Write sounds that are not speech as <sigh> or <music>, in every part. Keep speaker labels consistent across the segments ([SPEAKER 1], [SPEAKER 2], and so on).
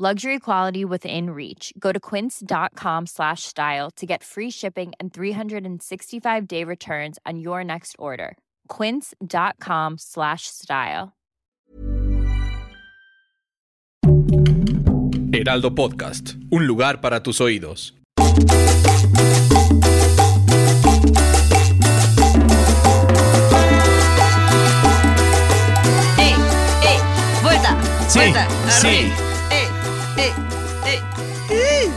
[SPEAKER 1] Luxury quality within reach. Go to quince.com slash style to get free shipping and 365 day returns on your next order. Quince.com slash style.
[SPEAKER 2] Heraldo Podcast, un lugar para tus oídos.
[SPEAKER 3] ¡Eh! ¡Eh! ¡Vuelta!
[SPEAKER 4] Sí,
[SPEAKER 3] ¡Vuelta! ¡Arre!
[SPEAKER 4] sí.
[SPEAKER 3] ¡Eh! ¡Eh! ¡Eh! ¡Eh!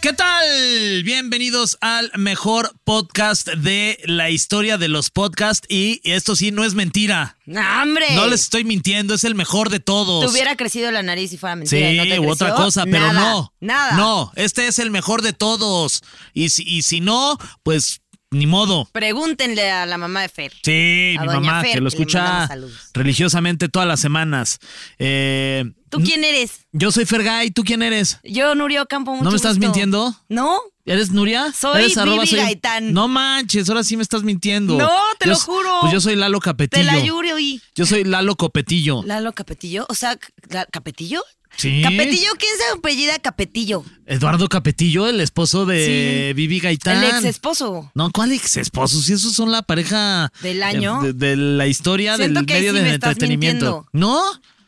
[SPEAKER 4] ¿Qué tal? Bienvenidos al mejor podcast de la historia de los podcasts. Y esto sí, no es mentira.
[SPEAKER 3] ¡No, hombre!
[SPEAKER 4] No les estoy mintiendo, es el mejor de
[SPEAKER 3] Te
[SPEAKER 4] todos.
[SPEAKER 3] hubiera crecido la nariz si fuera mentira.
[SPEAKER 4] Sí,
[SPEAKER 3] y no te
[SPEAKER 4] u otra
[SPEAKER 3] creció
[SPEAKER 4] cosa, pero
[SPEAKER 3] nada,
[SPEAKER 4] no.
[SPEAKER 3] Nada.
[SPEAKER 4] No, este es el mejor de todos. Y si, y si no, pues ni modo.
[SPEAKER 3] Pregúntenle a la mamá de Fer.
[SPEAKER 4] Sí,
[SPEAKER 3] A
[SPEAKER 4] mi
[SPEAKER 3] doña
[SPEAKER 4] mamá,
[SPEAKER 3] Fer,
[SPEAKER 4] que lo
[SPEAKER 3] que le mandamos
[SPEAKER 4] escucha
[SPEAKER 3] saludos.
[SPEAKER 4] religiosamente todas las semanas. Eh,
[SPEAKER 3] ¿Tú quién eres?
[SPEAKER 4] yo soy Fergay, ¿tú quién eres?
[SPEAKER 3] Yo, Nurio Campo, mucho
[SPEAKER 4] ¿No me estás
[SPEAKER 3] gusto.
[SPEAKER 4] mintiendo?
[SPEAKER 3] ¿No?
[SPEAKER 4] ¿Eres Nuria?
[SPEAKER 3] Soy
[SPEAKER 4] ¿Eres
[SPEAKER 3] Vivi Gaitán.
[SPEAKER 4] No manches, ahora sí me estás mintiendo.
[SPEAKER 3] No, te
[SPEAKER 4] Yo
[SPEAKER 3] lo
[SPEAKER 4] s-
[SPEAKER 3] juro.
[SPEAKER 4] Pues yo soy Lalo
[SPEAKER 3] Te la
[SPEAKER 4] Capetillo.
[SPEAKER 3] Yurio y...
[SPEAKER 4] Yo soy Lalo Copetillo.
[SPEAKER 3] ¿Lalo Capetillo? O sea, ¿ca- ¿Capetillo?
[SPEAKER 4] Sí.
[SPEAKER 3] ¿Capetillo? ¿Quién se apellida Capetillo?
[SPEAKER 4] Eduardo Capetillo, el esposo de
[SPEAKER 3] Sí.
[SPEAKER 4] Vivi Gaitán.
[SPEAKER 3] El ex esposo.
[SPEAKER 4] No, ¿cuál ex esposo? Si esos son la pareja
[SPEAKER 3] Del año.
[SPEAKER 4] eh, de, de la historia
[SPEAKER 3] Siento
[SPEAKER 4] del
[SPEAKER 3] que ahí
[SPEAKER 4] medio
[SPEAKER 3] sí
[SPEAKER 4] del
[SPEAKER 3] me estás
[SPEAKER 4] entretenimiento. ¿No,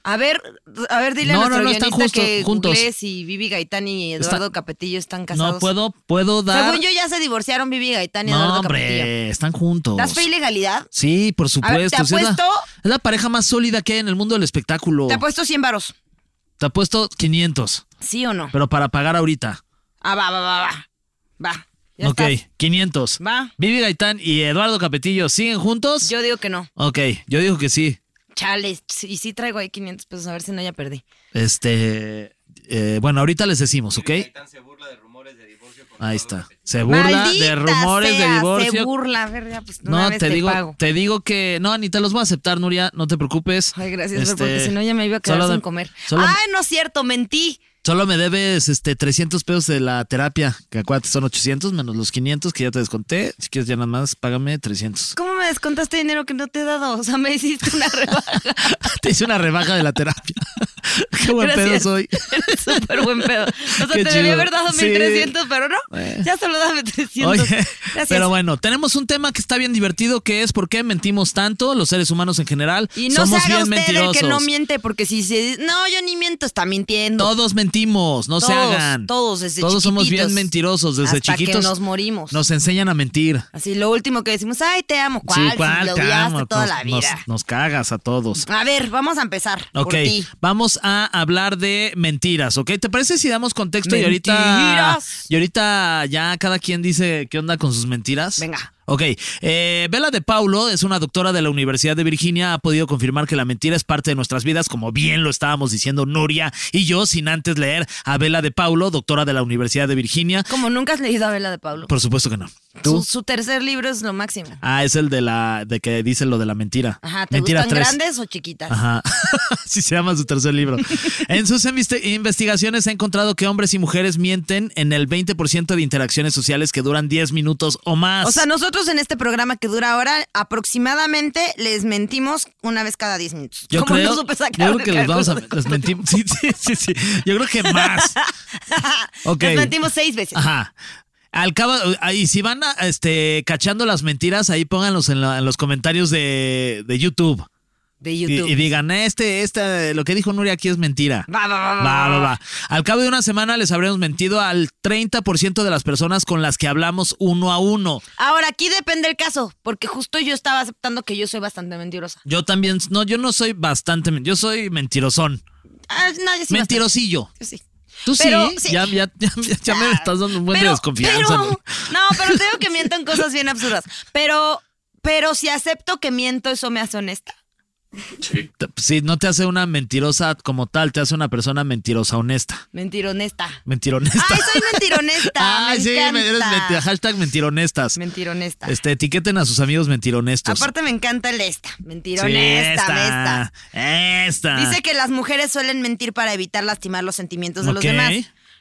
[SPEAKER 3] A ver, a ver, dile
[SPEAKER 4] No,
[SPEAKER 3] a nuestro
[SPEAKER 4] no, no, están
[SPEAKER 3] guionista
[SPEAKER 4] justo-
[SPEAKER 3] que
[SPEAKER 4] juntos.
[SPEAKER 3] googlee si Vivi Gaitán y Eduardo
[SPEAKER 4] Está-
[SPEAKER 3] Capetillo están casados.
[SPEAKER 4] no puedo, puedo dar.
[SPEAKER 3] Según yo ya se divorciaron Vivi Gaitán y
[SPEAKER 4] no,
[SPEAKER 3] Eduardo
[SPEAKER 4] hombre,
[SPEAKER 3] Capetillo.
[SPEAKER 4] están juntos.
[SPEAKER 3] ¿Das fe y legalidad?
[SPEAKER 4] Sí, por
[SPEAKER 3] A ver,
[SPEAKER 4] supuesto.
[SPEAKER 3] te
[SPEAKER 4] sí, es, la, Oh.
[SPEAKER 3] apuesto,
[SPEAKER 4] es la pareja más sólida que hay en el mundo del espectáculo.
[SPEAKER 3] te apuesto 100 varos.
[SPEAKER 4] Te apuesto 500.
[SPEAKER 3] ¿Sí o no?
[SPEAKER 4] Pero para pagar ahorita.
[SPEAKER 3] Ah, va, va, va, va. Va. Ya
[SPEAKER 4] ok,
[SPEAKER 3] estás.
[SPEAKER 4] 500.
[SPEAKER 3] Va.
[SPEAKER 4] Vivi Gaitán y Eduardo Capetillo, ¿siguen juntos?
[SPEAKER 3] Yo digo que no.
[SPEAKER 4] Ok, yo digo que sí.
[SPEAKER 3] Chales. Y sí traigo ahí 500 pesos, a ver si no ya perdí.
[SPEAKER 4] Este. eh, bueno, ahorita les decimos, ¿ok? Ahí está. Se burla de
[SPEAKER 3] Maldita
[SPEAKER 4] rumores
[SPEAKER 3] sea,
[SPEAKER 4] de divorcio.
[SPEAKER 3] Se burla, a ver, ya, pues no,
[SPEAKER 4] No,
[SPEAKER 3] vez
[SPEAKER 4] te
[SPEAKER 3] te
[SPEAKER 4] digo,
[SPEAKER 3] pago.
[SPEAKER 4] te digo que. No, ni te los voy a aceptar, Nuria, no te preocupes.
[SPEAKER 3] Ay, gracias, Fer,
[SPEAKER 4] Este,
[SPEAKER 3] porque si no ya me iba a quedar
[SPEAKER 4] solo de-
[SPEAKER 3] sin comer.
[SPEAKER 4] solo-
[SPEAKER 3] Ay, no es cierto, mentí.
[SPEAKER 4] Solo me debes este 300 pesos de la terapia, que acuérdate son 800 menos los 500 que ya te desconté. Si quieres ya nada más, págame 300.
[SPEAKER 3] ¿Cómo me descontaste dinero que no te he dado? O sea, me hiciste
[SPEAKER 4] <laughs>
[SPEAKER 3] una rebaja.
[SPEAKER 4] Te hice una rebaja de la terapia. <laughs> Qué buen pedo
[SPEAKER 3] Gracias.
[SPEAKER 4] soy.
[SPEAKER 3] Eres súper buen pedo. O sea,
[SPEAKER 4] Qué
[SPEAKER 3] te debía
[SPEAKER 4] chido.
[SPEAKER 3] haber dado
[SPEAKER 4] Sí.
[SPEAKER 3] 1300, pero no.
[SPEAKER 4] Bueno.
[SPEAKER 3] Ya solo dame 300.
[SPEAKER 4] Oye,
[SPEAKER 3] <laughs> Gracias.
[SPEAKER 4] pero bueno, tenemos un tema que está bien divertido, que es por qué mentimos tanto los seres humanos en general.
[SPEAKER 3] y no se
[SPEAKER 4] Somos
[SPEAKER 3] haga
[SPEAKER 4] bien
[SPEAKER 3] usted
[SPEAKER 4] mentirosos.
[SPEAKER 3] el que no miente, porque si se dice, no, yo ni miento, está mintiendo.
[SPEAKER 4] Todos mentimos, no se
[SPEAKER 3] Todos,
[SPEAKER 4] hagan.
[SPEAKER 3] todos desde
[SPEAKER 4] Todos somos bien
[SPEAKER 3] chiquititos.
[SPEAKER 4] mentirosos desde
[SPEAKER 3] Hasta que
[SPEAKER 4] chiquitos.
[SPEAKER 3] nos morimos.
[SPEAKER 4] Nos enseñan a mentir.
[SPEAKER 3] Así, lo último que decimos, ay, te amo. ¿Cuál? Si lo
[SPEAKER 4] te
[SPEAKER 3] odiaste
[SPEAKER 4] amo,
[SPEAKER 3] toda
[SPEAKER 4] nos-
[SPEAKER 3] la
[SPEAKER 4] nos-
[SPEAKER 3] vida.
[SPEAKER 4] Nos, cagas a todos.
[SPEAKER 3] A ver, vamos a empezar.
[SPEAKER 4] Ok,
[SPEAKER 3] Por ti.
[SPEAKER 4] vamos a hablar de mentiras, ¿ok? ¿Te parece si damos contexto y ahorita.
[SPEAKER 3] Mentiras.
[SPEAKER 4] Y ahorita ya cada quien dice qué onda con sus mentiras?
[SPEAKER 3] Venga.
[SPEAKER 4] Ok, eh, Bella de Paulo es una doctora de la Universidad de Virginia, ha podido confirmar que la mentira es parte de nuestras vidas, como bien lo estábamos diciendo Nuria y yo, sin antes leer a Bella de Paulo, doctora de la Universidad de Virginia.
[SPEAKER 3] Como nunca has leído a Vela de Pablo.
[SPEAKER 4] Por supuesto que no.
[SPEAKER 3] Su, su tercer libro es lo máximo.
[SPEAKER 4] Ah, es el de la de que dice lo de la mentira.
[SPEAKER 3] Ajá, ¿te
[SPEAKER 4] mentira
[SPEAKER 3] gustan
[SPEAKER 4] tres.
[SPEAKER 3] grandes o chiquitas?
[SPEAKER 4] Ajá. <laughs> Así se llama su tercer libro.
[SPEAKER 3] <laughs>
[SPEAKER 4] En sus investi- investigaciones ha encontrado que hombres y mujeres mienten en el 20% de interacciones sociales que duran 10 minutos o más.
[SPEAKER 3] O sea, nosotros en este programa que dura ahora, aproximadamente les mentimos una vez cada 10 minutos.
[SPEAKER 4] yo
[SPEAKER 3] ¿Cómo
[SPEAKER 4] creo,
[SPEAKER 3] no supe sacar
[SPEAKER 4] yo creo
[SPEAKER 3] de
[SPEAKER 4] que les vamos a
[SPEAKER 3] cálculo? <laughs>
[SPEAKER 4] les mentimos. Sí, sí, sí, sí. Yo creo que más. Ok.
[SPEAKER 3] Les mentimos seis veces.
[SPEAKER 4] Ajá. Al cabo, y si van a, este, cachando las mentiras, ahí pónganlos en, la- en los comentarios de, de YouTube.
[SPEAKER 3] De
[SPEAKER 4] Y,
[SPEAKER 3] YouTube.
[SPEAKER 4] y digan, este, este, lo que dijo Nuria aquí es mentira.
[SPEAKER 3] Va, va, va, va,
[SPEAKER 4] Va,
[SPEAKER 3] va,
[SPEAKER 4] va,
[SPEAKER 3] va.
[SPEAKER 4] va. Al cabo de una semana les habremos mentido al 30% de las personas con las que hablamos uno a uno.
[SPEAKER 3] Ahora, aquí depende el caso, porque justo yo estaba aceptando que yo soy bastante mentirosa.
[SPEAKER 4] Yo también, no, yo no soy bastante, men- yo soy mentirosón.
[SPEAKER 3] Ah, nadie sí
[SPEAKER 4] mentirosillo.
[SPEAKER 3] bastante. Yo sí.
[SPEAKER 4] Tú
[SPEAKER 3] Pero,
[SPEAKER 4] sí,
[SPEAKER 3] sí.
[SPEAKER 4] Ya, ya, ya, <laughs> ya me estás dando un buen de
[SPEAKER 3] Pero-
[SPEAKER 4] desconfianza.
[SPEAKER 3] pero- no, pero te digo que miento en cosas bien absurdas. Pero, pero si acepto que miento, ¿eso me hace honesta?
[SPEAKER 2] Sí.
[SPEAKER 4] T- Sí, no te hace una mentirosa como tal, te hace una persona mentirosa honesta.
[SPEAKER 3] Mentironesta.
[SPEAKER 4] Mentironesta.
[SPEAKER 3] Ay,
[SPEAKER 4] <laughs>
[SPEAKER 3] soy mentironesta.
[SPEAKER 4] Ay,
[SPEAKER 3] me
[SPEAKER 4] sí,
[SPEAKER 3] encanta.
[SPEAKER 4] eres menti- hashtag mentironestas.
[SPEAKER 3] Mentironesta.
[SPEAKER 4] Este, etiqueten a sus amigos mentironestos.
[SPEAKER 3] Aparte me encanta el esta.
[SPEAKER 4] Sí, Ah.
[SPEAKER 3] Mentironesta, esta.
[SPEAKER 4] esta. Esta.
[SPEAKER 3] Dice que las mujeres suelen mentir para evitar lastimar los sentimientos de
[SPEAKER 4] Ok.
[SPEAKER 3] los demás.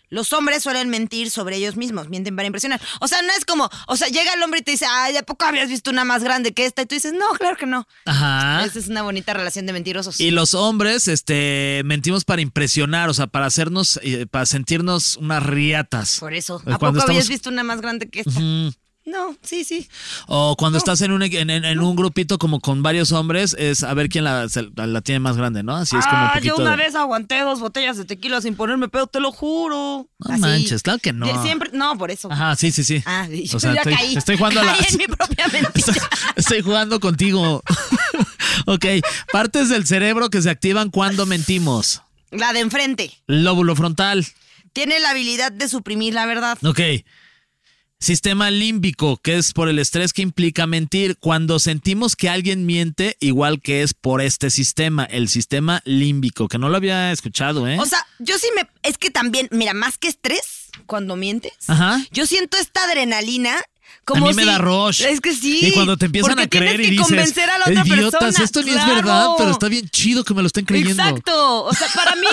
[SPEAKER 3] Los hombres suelen mentir sobre ellos mismos, mienten para impresionar. O sea, no es como, o sea, llega el hombre y te dice, ay, ¿de poco habías visto una más grande que esta? Y tú dices, no, claro que no.
[SPEAKER 4] Ajá.
[SPEAKER 3] Esa es una bonita relación de mentirosos.
[SPEAKER 4] Ah. Y los hombres, este, mentimos para impresionar, o sea, para hacernos, eh, para sentirnos unas riatas.
[SPEAKER 3] Por eso,
[SPEAKER 4] Eh,
[SPEAKER 3] ¿a poco
[SPEAKER 4] cuando
[SPEAKER 3] habías
[SPEAKER 4] estamos-
[SPEAKER 3] visto una más grande que esta?
[SPEAKER 4] Ujú.
[SPEAKER 3] No, sí, sí.
[SPEAKER 4] Mm. O cuando estás en un, en, en- en un grupito como con varios hombres, es a ver quién la, se- la tiene más grande, ¿no? Así es como un
[SPEAKER 3] ah,
[SPEAKER 4] poquito
[SPEAKER 3] yo una
[SPEAKER 4] de-
[SPEAKER 3] vez aguanté dos botellas de tequila sin ponerme pedo, te lo juro.
[SPEAKER 4] No manches, claro que no.
[SPEAKER 3] De- Siempre, no, por eso.
[SPEAKER 4] Ajá, sí, sí, sí.
[SPEAKER 3] Ah, sí,
[SPEAKER 4] O sea,
[SPEAKER 3] ya
[SPEAKER 4] estoy,
[SPEAKER 3] caí.
[SPEAKER 4] estoy jugando a la...
[SPEAKER 3] Caí en mi propia
[SPEAKER 4] <laughs> Estoy-
[SPEAKER 3] mentira.
[SPEAKER 4] Estoy jugando contigo. <laughs> ok, partes del cerebro que se activan cuando mentimos.
[SPEAKER 3] La de enfrente.
[SPEAKER 4] Lóbulo frontal.
[SPEAKER 3] Tiene la habilidad de suprimir la verdad.
[SPEAKER 4] Ok. Sistema límbico, que es por el estrés que implica mentir. Cuando sentimos que alguien miente, igual que es por este sistema, el sistema límbico, que no lo había escuchado, ¿eh?
[SPEAKER 3] O sea, yo Oh, sí me. Es que también, mira, más que estrés cuando mientes,
[SPEAKER 4] Ajá.
[SPEAKER 3] yo siento esta adrenalina. Como
[SPEAKER 4] a mí me
[SPEAKER 3] si-
[SPEAKER 4] da rush.
[SPEAKER 3] Es que sí.
[SPEAKER 4] Y cuando te empiezan
[SPEAKER 3] porque
[SPEAKER 4] a creer
[SPEAKER 3] tienes
[SPEAKER 4] y
[SPEAKER 3] que
[SPEAKER 4] dices,
[SPEAKER 3] convencer a la otra
[SPEAKER 4] idiotas,
[SPEAKER 3] persona.
[SPEAKER 4] esto ni es
[SPEAKER 3] Claro.
[SPEAKER 4] verdad, pero está bien chido que me lo estén creyendo.
[SPEAKER 3] Exacto. O sea, para
[SPEAKER 4] <laughs>
[SPEAKER 3] mí,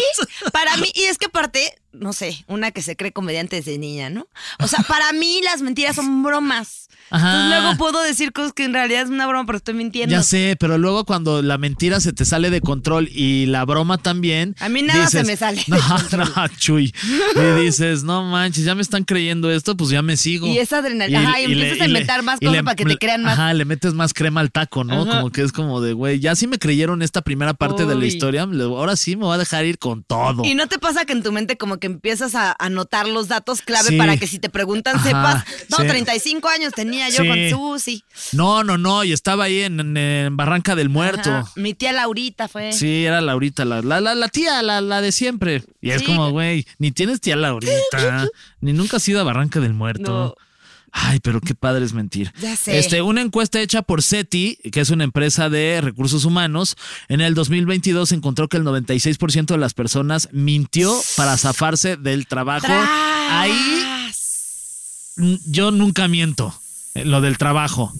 [SPEAKER 3] para mí, y es que aparte, no sé, una que se cree comediante desde niña, ¿no? O sea, para mí las mentiras son bromas.
[SPEAKER 4] Ajá.
[SPEAKER 3] Entonces luego puedo decir cosas que en realidad es una broma, pero estoy mintiendo.
[SPEAKER 4] Ya sé, pero luego cuando la mentira se te sale de control y la broma también.
[SPEAKER 3] A mí nada se me
[SPEAKER 4] <laughs>
[SPEAKER 3] sale de
[SPEAKER 4] No, no, chuy. Y dices, no manches, ya me están creyendo esto, pues ya me sigo.
[SPEAKER 3] Y esa adrenalina- ajá, y empiezas a
[SPEAKER 4] y
[SPEAKER 3] inventar más
[SPEAKER 4] y
[SPEAKER 3] cosas para que te crean más.
[SPEAKER 4] Ajá, le metes más crema al taco, ¿no? Como que es como de, güey, ya sí me creyeron esta primera parte de la
[SPEAKER 3] Uy.
[SPEAKER 4] historia, le- ahora sí me voy a dejar ir con todo.
[SPEAKER 3] ¿Y no te pasa que en tu mente como que empiezas a anotar los datos clave
[SPEAKER 4] Sí.
[SPEAKER 3] para que si te preguntan
[SPEAKER 4] Ajá,
[SPEAKER 3] sepas? No,
[SPEAKER 4] sí.
[SPEAKER 3] 35 años tenía yo
[SPEAKER 4] Sí.
[SPEAKER 3] con Susi.
[SPEAKER 4] No, no, no, y estaba ahí en, en- en Barranca del Muerto.
[SPEAKER 3] Ajá, Mi tía Laurita fue.
[SPEAKER 4] Sí, era Laurita, la, la, la, la tía, la, la de siempre. Y es
[SPEAKER 3] Sí.
[SPEAKER 4] como, güey, ni tienes tía
[SPEAKER 3] <laughs>
[SPEAKER 4] Laurita, ni nunca has ido a Barranca del Muerto.
[SPEAKER 3] No.
[SPEAKER 4] Ay, pero qué padre es mentir.
[SPEAKER 3] Ya sé.
[SPEAKER 4] Este, una encuesta hecha por SETI, que es una empresa de recursos humanos, en el 2022 encontró que el 96% de las personas mintió para zafarse del trabajo.
[SPEAKER 3] Tras. Ah,
[SPEAKER 4] Ahí Mm, yo nunca miento. eh, Lo del trabajo.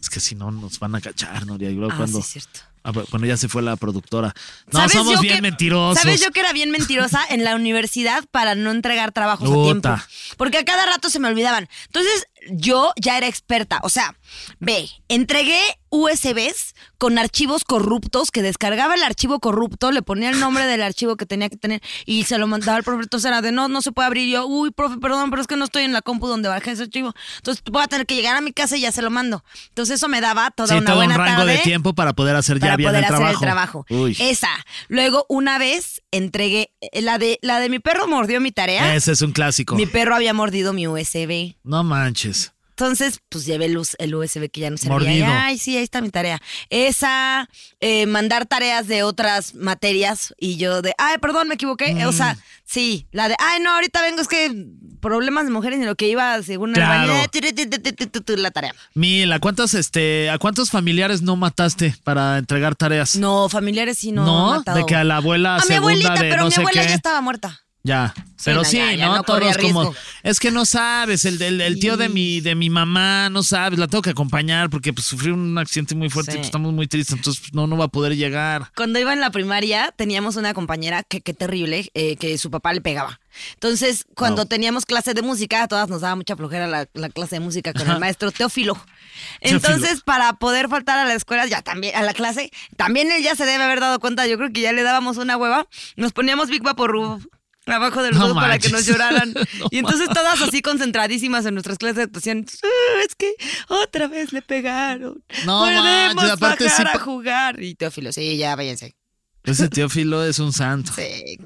[SPEAKER 4] Es que si no nos van a cachar, Nuria. Y luego
[SPEAKER 3] Ah,
[SPEAKER 4] cuando.
[SPEAKER 3] sí, es cierto.
[SPEAKER 4] Ah, bu- bueno, ya se fue la productora. No,
[SPEAKER 3] ¿Sabes
[SPEAKER 4] somos
[SPEAKER 3] yo
[SPEAKER 4] bien
[SPEAKER 3] que-
[SPEAKER 4] mentirosos.
[SPEAKER 3] ¿Sabes yo que era bien mentirosa en la universidad para no entregar trabajos a tiempo?
[SPEAKER 4] Puta.
[SPEAKER 3] Porque a cada rato se me olvidaban. Entonces, yo ya era experta. O sea, ve, entregué USBs con archivos corruptos que descargaba el archivo corrupto, le ponía el nombre del archivo que tenía que tener y se lo mandaba al profe. Entonces era de no, no se puede abrir. Y Yo, uy, profe, perdón, pero es que no estoy en la compu donde bajé ese archivo. Entonces voy a tener que llegar a mi casa y ya se lo mando. Entonces, eso me daba toda
[SPEAKER 4] Sí,
[SPEAKER 3] una
[SPEAKER 4] todo un
[SPEAKER 3] buena
[SPEAKER 4] rango
[SPEAKER 3] tarde
[SPEAKER 4] de tiempo para poder hacer ya
[SPEAKER 3] para
[SPEAKER 4] bien
[SPEAKER 3] poder
[SPEAKER 4] el
[SPEAKER 3] hacer
[SPEAKER 4] trabajo.
[SPEAKER 3] el trabajo.
[SPEAKER 4] Uy.
[SPEAKER 3] Esa. Luego, una vez entregué eh, la de la de mi perro mordió mi tarea.
[SPEAKER 4] Ese es un clásico.
[SPEAKER 3] Mi perro había mordido mi USB.
[SPEAKER 4] No manches.
[SPEAKER 3] Entonces, pues llevé el, us- el USB que ya no servía.
[SPEAKER 4] Mordido.
[SPEAKER 3] Y, Ay, sí, ahí está mi tarea. Esa, eh, mandar tareas de otras materias y yo de, ay, perdón, me equivoqué.
[SPEAKER 4] Mm.
[SPEAKER 3] O sea, sí, la de, ay, no, ahorita vengo, es que problemas de mujeres en lo que iba según el
[SPEAKER 4] Claro.
[SPEAKER 3] baño, Eh, tu, tu, tu, tu, tu, tu, la tarea.
[SPEAKER 4] Mil, ¿a cuántas, este, a cuántos familiares no mataste para entregar tareas?
[SPEAKER 3] No, familiares sí no.
[SPEAKER 4] ¿No?
[SPEAKER 3] han matado.
[SPEAKER 4] De que a la abuela
[SPEAKER 3] A mi
[SPEAKER 4] segunda
[SPEAKER 3] abuelita,
[SPEAKER 4] de
[SPEAKER 3] pero
[SPEAKER 4] no
[SPEAKER 3] mi
[SPEAKER 4] sé
[SPEAKER 3] abuela
[SPEAKER 4] qué.
[SPEAKER 3] ya estaba muerta.
[SPEAKER 4] Ya. Pero
[SPEAKER 3] no,
[SPEAKER 4] sí,
[SPEAKER 3] ya, ya
[SPEAKER 4] ¿no?
[SPEAKER 3] no corría
[SPEAKER 4] Todos como.
[SPEAKER 3] riesgo.
[SPEAKER 4] Es que no sabes, el, del el tío de mi, de mi mamá, no sabes, la tengo que acompañar porque pues, sufrí un accidente muy fuerte y
[SPEAKER 3] Sí.
[SPEAKER 4] pues, estamos muy tristes, entonces pues, no, no va a poder llegar.
[SPEAKER 3] Cuando iba en la primaria, teníamos una compañera que, qué terrible, eh, que su papá le pegaba. Entonces, cuando
[SPEAKER 4] No.
[SPEAKER 3] teníamos clase de música, a todas nos daba mucha flojera la, la clase de música con
[SPEAKER 4] Ajá.
[SPEAKER 3] el maestro Teófilo.
[SPEAKER 4] <laughs> Teófilo.
[SPEAKER 3] Entonces, para poder faltar a la escuela, ya también, a la clase, también él ya se debe haber dado cuenta, yo creo que ya le dábamos una hueva, nos poníamos Big Vaporub abajo del
[SPEAKER 4] No
[SPEAKER 3] bus para que nos
[SPEAKER 4] manches.
[SPEAKER 3] lloraran.
[SPEAKER 4] <laughs> No
[SPEAKER 3] y entonces todas así concentradísimas en nuestras clases de actuación. "Ah, es que otra vez le pegaron.
[SPEAKER 4] No
[SPEAKER 3] No
[SPEAKER 4] manches,
[SPEAKER 3] Podemos
[SPEAKER 4] aparte sí
[SPEAKER 3] bajar
[SPEAKER 4] pa-
[SPEAKER 3] a jugar. Y Teófilo, sí, ya váyanse.
[SPEAKER 4] Ese teófilo es un santo.
[SPEAKER 3] Sí.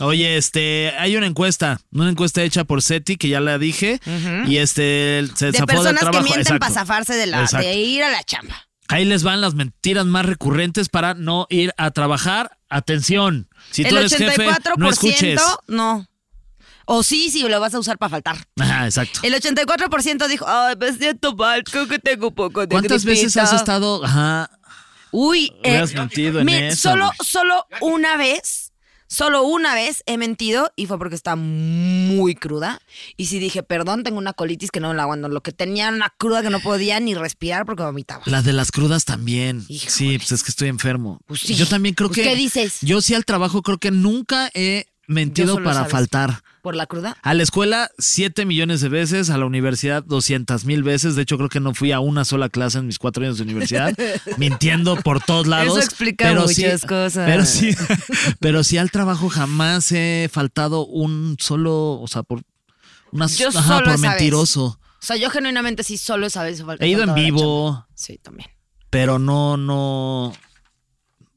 [SPEAKER 4] Oye, este, hay una encuesta, una encuesta hecha por SETI, que ya la dije, y este, el- se
[SPEAKER 3] De
[SPEAKER 4] zafó del
[SPEAKER 3] personas que
[SPEAKER 4] trabajo.
[SPEAKER 3] mienten
[SPEAKER 4] Exacto.
[SPEAKER 3] para zafarse de, la,
[SPEAKER 4] Exacto.
[SPEAKER 3] de ir a la chamba.
[SPEAKER 4] Ahí les van las mentiras más recurrentes para no ir a trabajar. Atención, si tú
[SPEAKER 3] el
[SPEAKER 4] eres jefe, no escuches.
[SPEAKER 3] no. O sí, sí, lo vas a usar para faltar.
[SPEAKER 4] Ajá, exacto.
[SPEAKER 3] El 84% dijo, ay, me siento mal, creo que tengo un poco de
[SPEAKER 4] ¿Cuántas veces
[SPEAKER 3] gripita".
[SPEAKER 4] has estado, ajá,
[SPEAKER 3] Uy, eh,
[SPEAKER 4] Hubieras mentido en
[SPEAKER 3] mi-
[SPEAKER 4] esa,
[SPEAKER 3] solo,
[SPEAKER 4] güey.
[SPEAKER 3] solo una vez, solo una vez he mentido y fue porque estaba muy cruda. Y sí dije, perdón, tengo una colitis que no me la aguanto. Lo que tenía era una cruda que no podía ni respirar porque vomitaba.
[SPEAKER 4] La de las crudas también.
[SPEAKER 3] Híjole.
[SPEAKER 4] Sí, pues es que estoy enfermo.
[SPEAKER 3] Pues sí.
[SPEAKER 4] Yo también creo
[SPEAKER 3] Pues,
[SPEAKER 4] que.
[SPEAKER 3] ¿qué dices?
[SPEAKER 4] Yo sí al trabajo creo que nunca he
[SPEAKER 3] Yo
[SPEAKER 4] mentido
[SPEAKER 3] solo
[SPEAKER 4] para
[SPEAKER 3] sabes.
[SPEAKER 4] faltar.
[SPEAKER 3] ¿Por la cruda?
[SPEAKER 4] A la escuela, 7 millones de veces, a la universidad, 200 mil veces. De hecho, creo que no fui a una sola clase en mis cuatro años de
[SPEAKER 3] <laughs>
[SPEAKER 4] universidad, mintiendo por todos lados.
[SPEAKER 3] Eso explica muchas cosas.
[SPEAKER 4] Pero sí, <laughs> pero sí al trabajo jamás he faltado un solo, o sea, por una
[SPEAKER 3] Yo
[SPEAKER 4] ajá,
[SPEAKER 3] solo
[SPEAKER 4] por
[SPEAKER 3] esa vez.
[SPEAKER 4] mentiroso.
[SPEAKER 3] O sea, yo genuinamente sí solo esa vez. fal-
[SPEAKER 4] He ido en
[SPEAKER 3] faltaba la chamba.
[SPEAKER 4] vivo,
[SPEAKER 3] Sí, también.
[SPEAKER 4] pero no, no,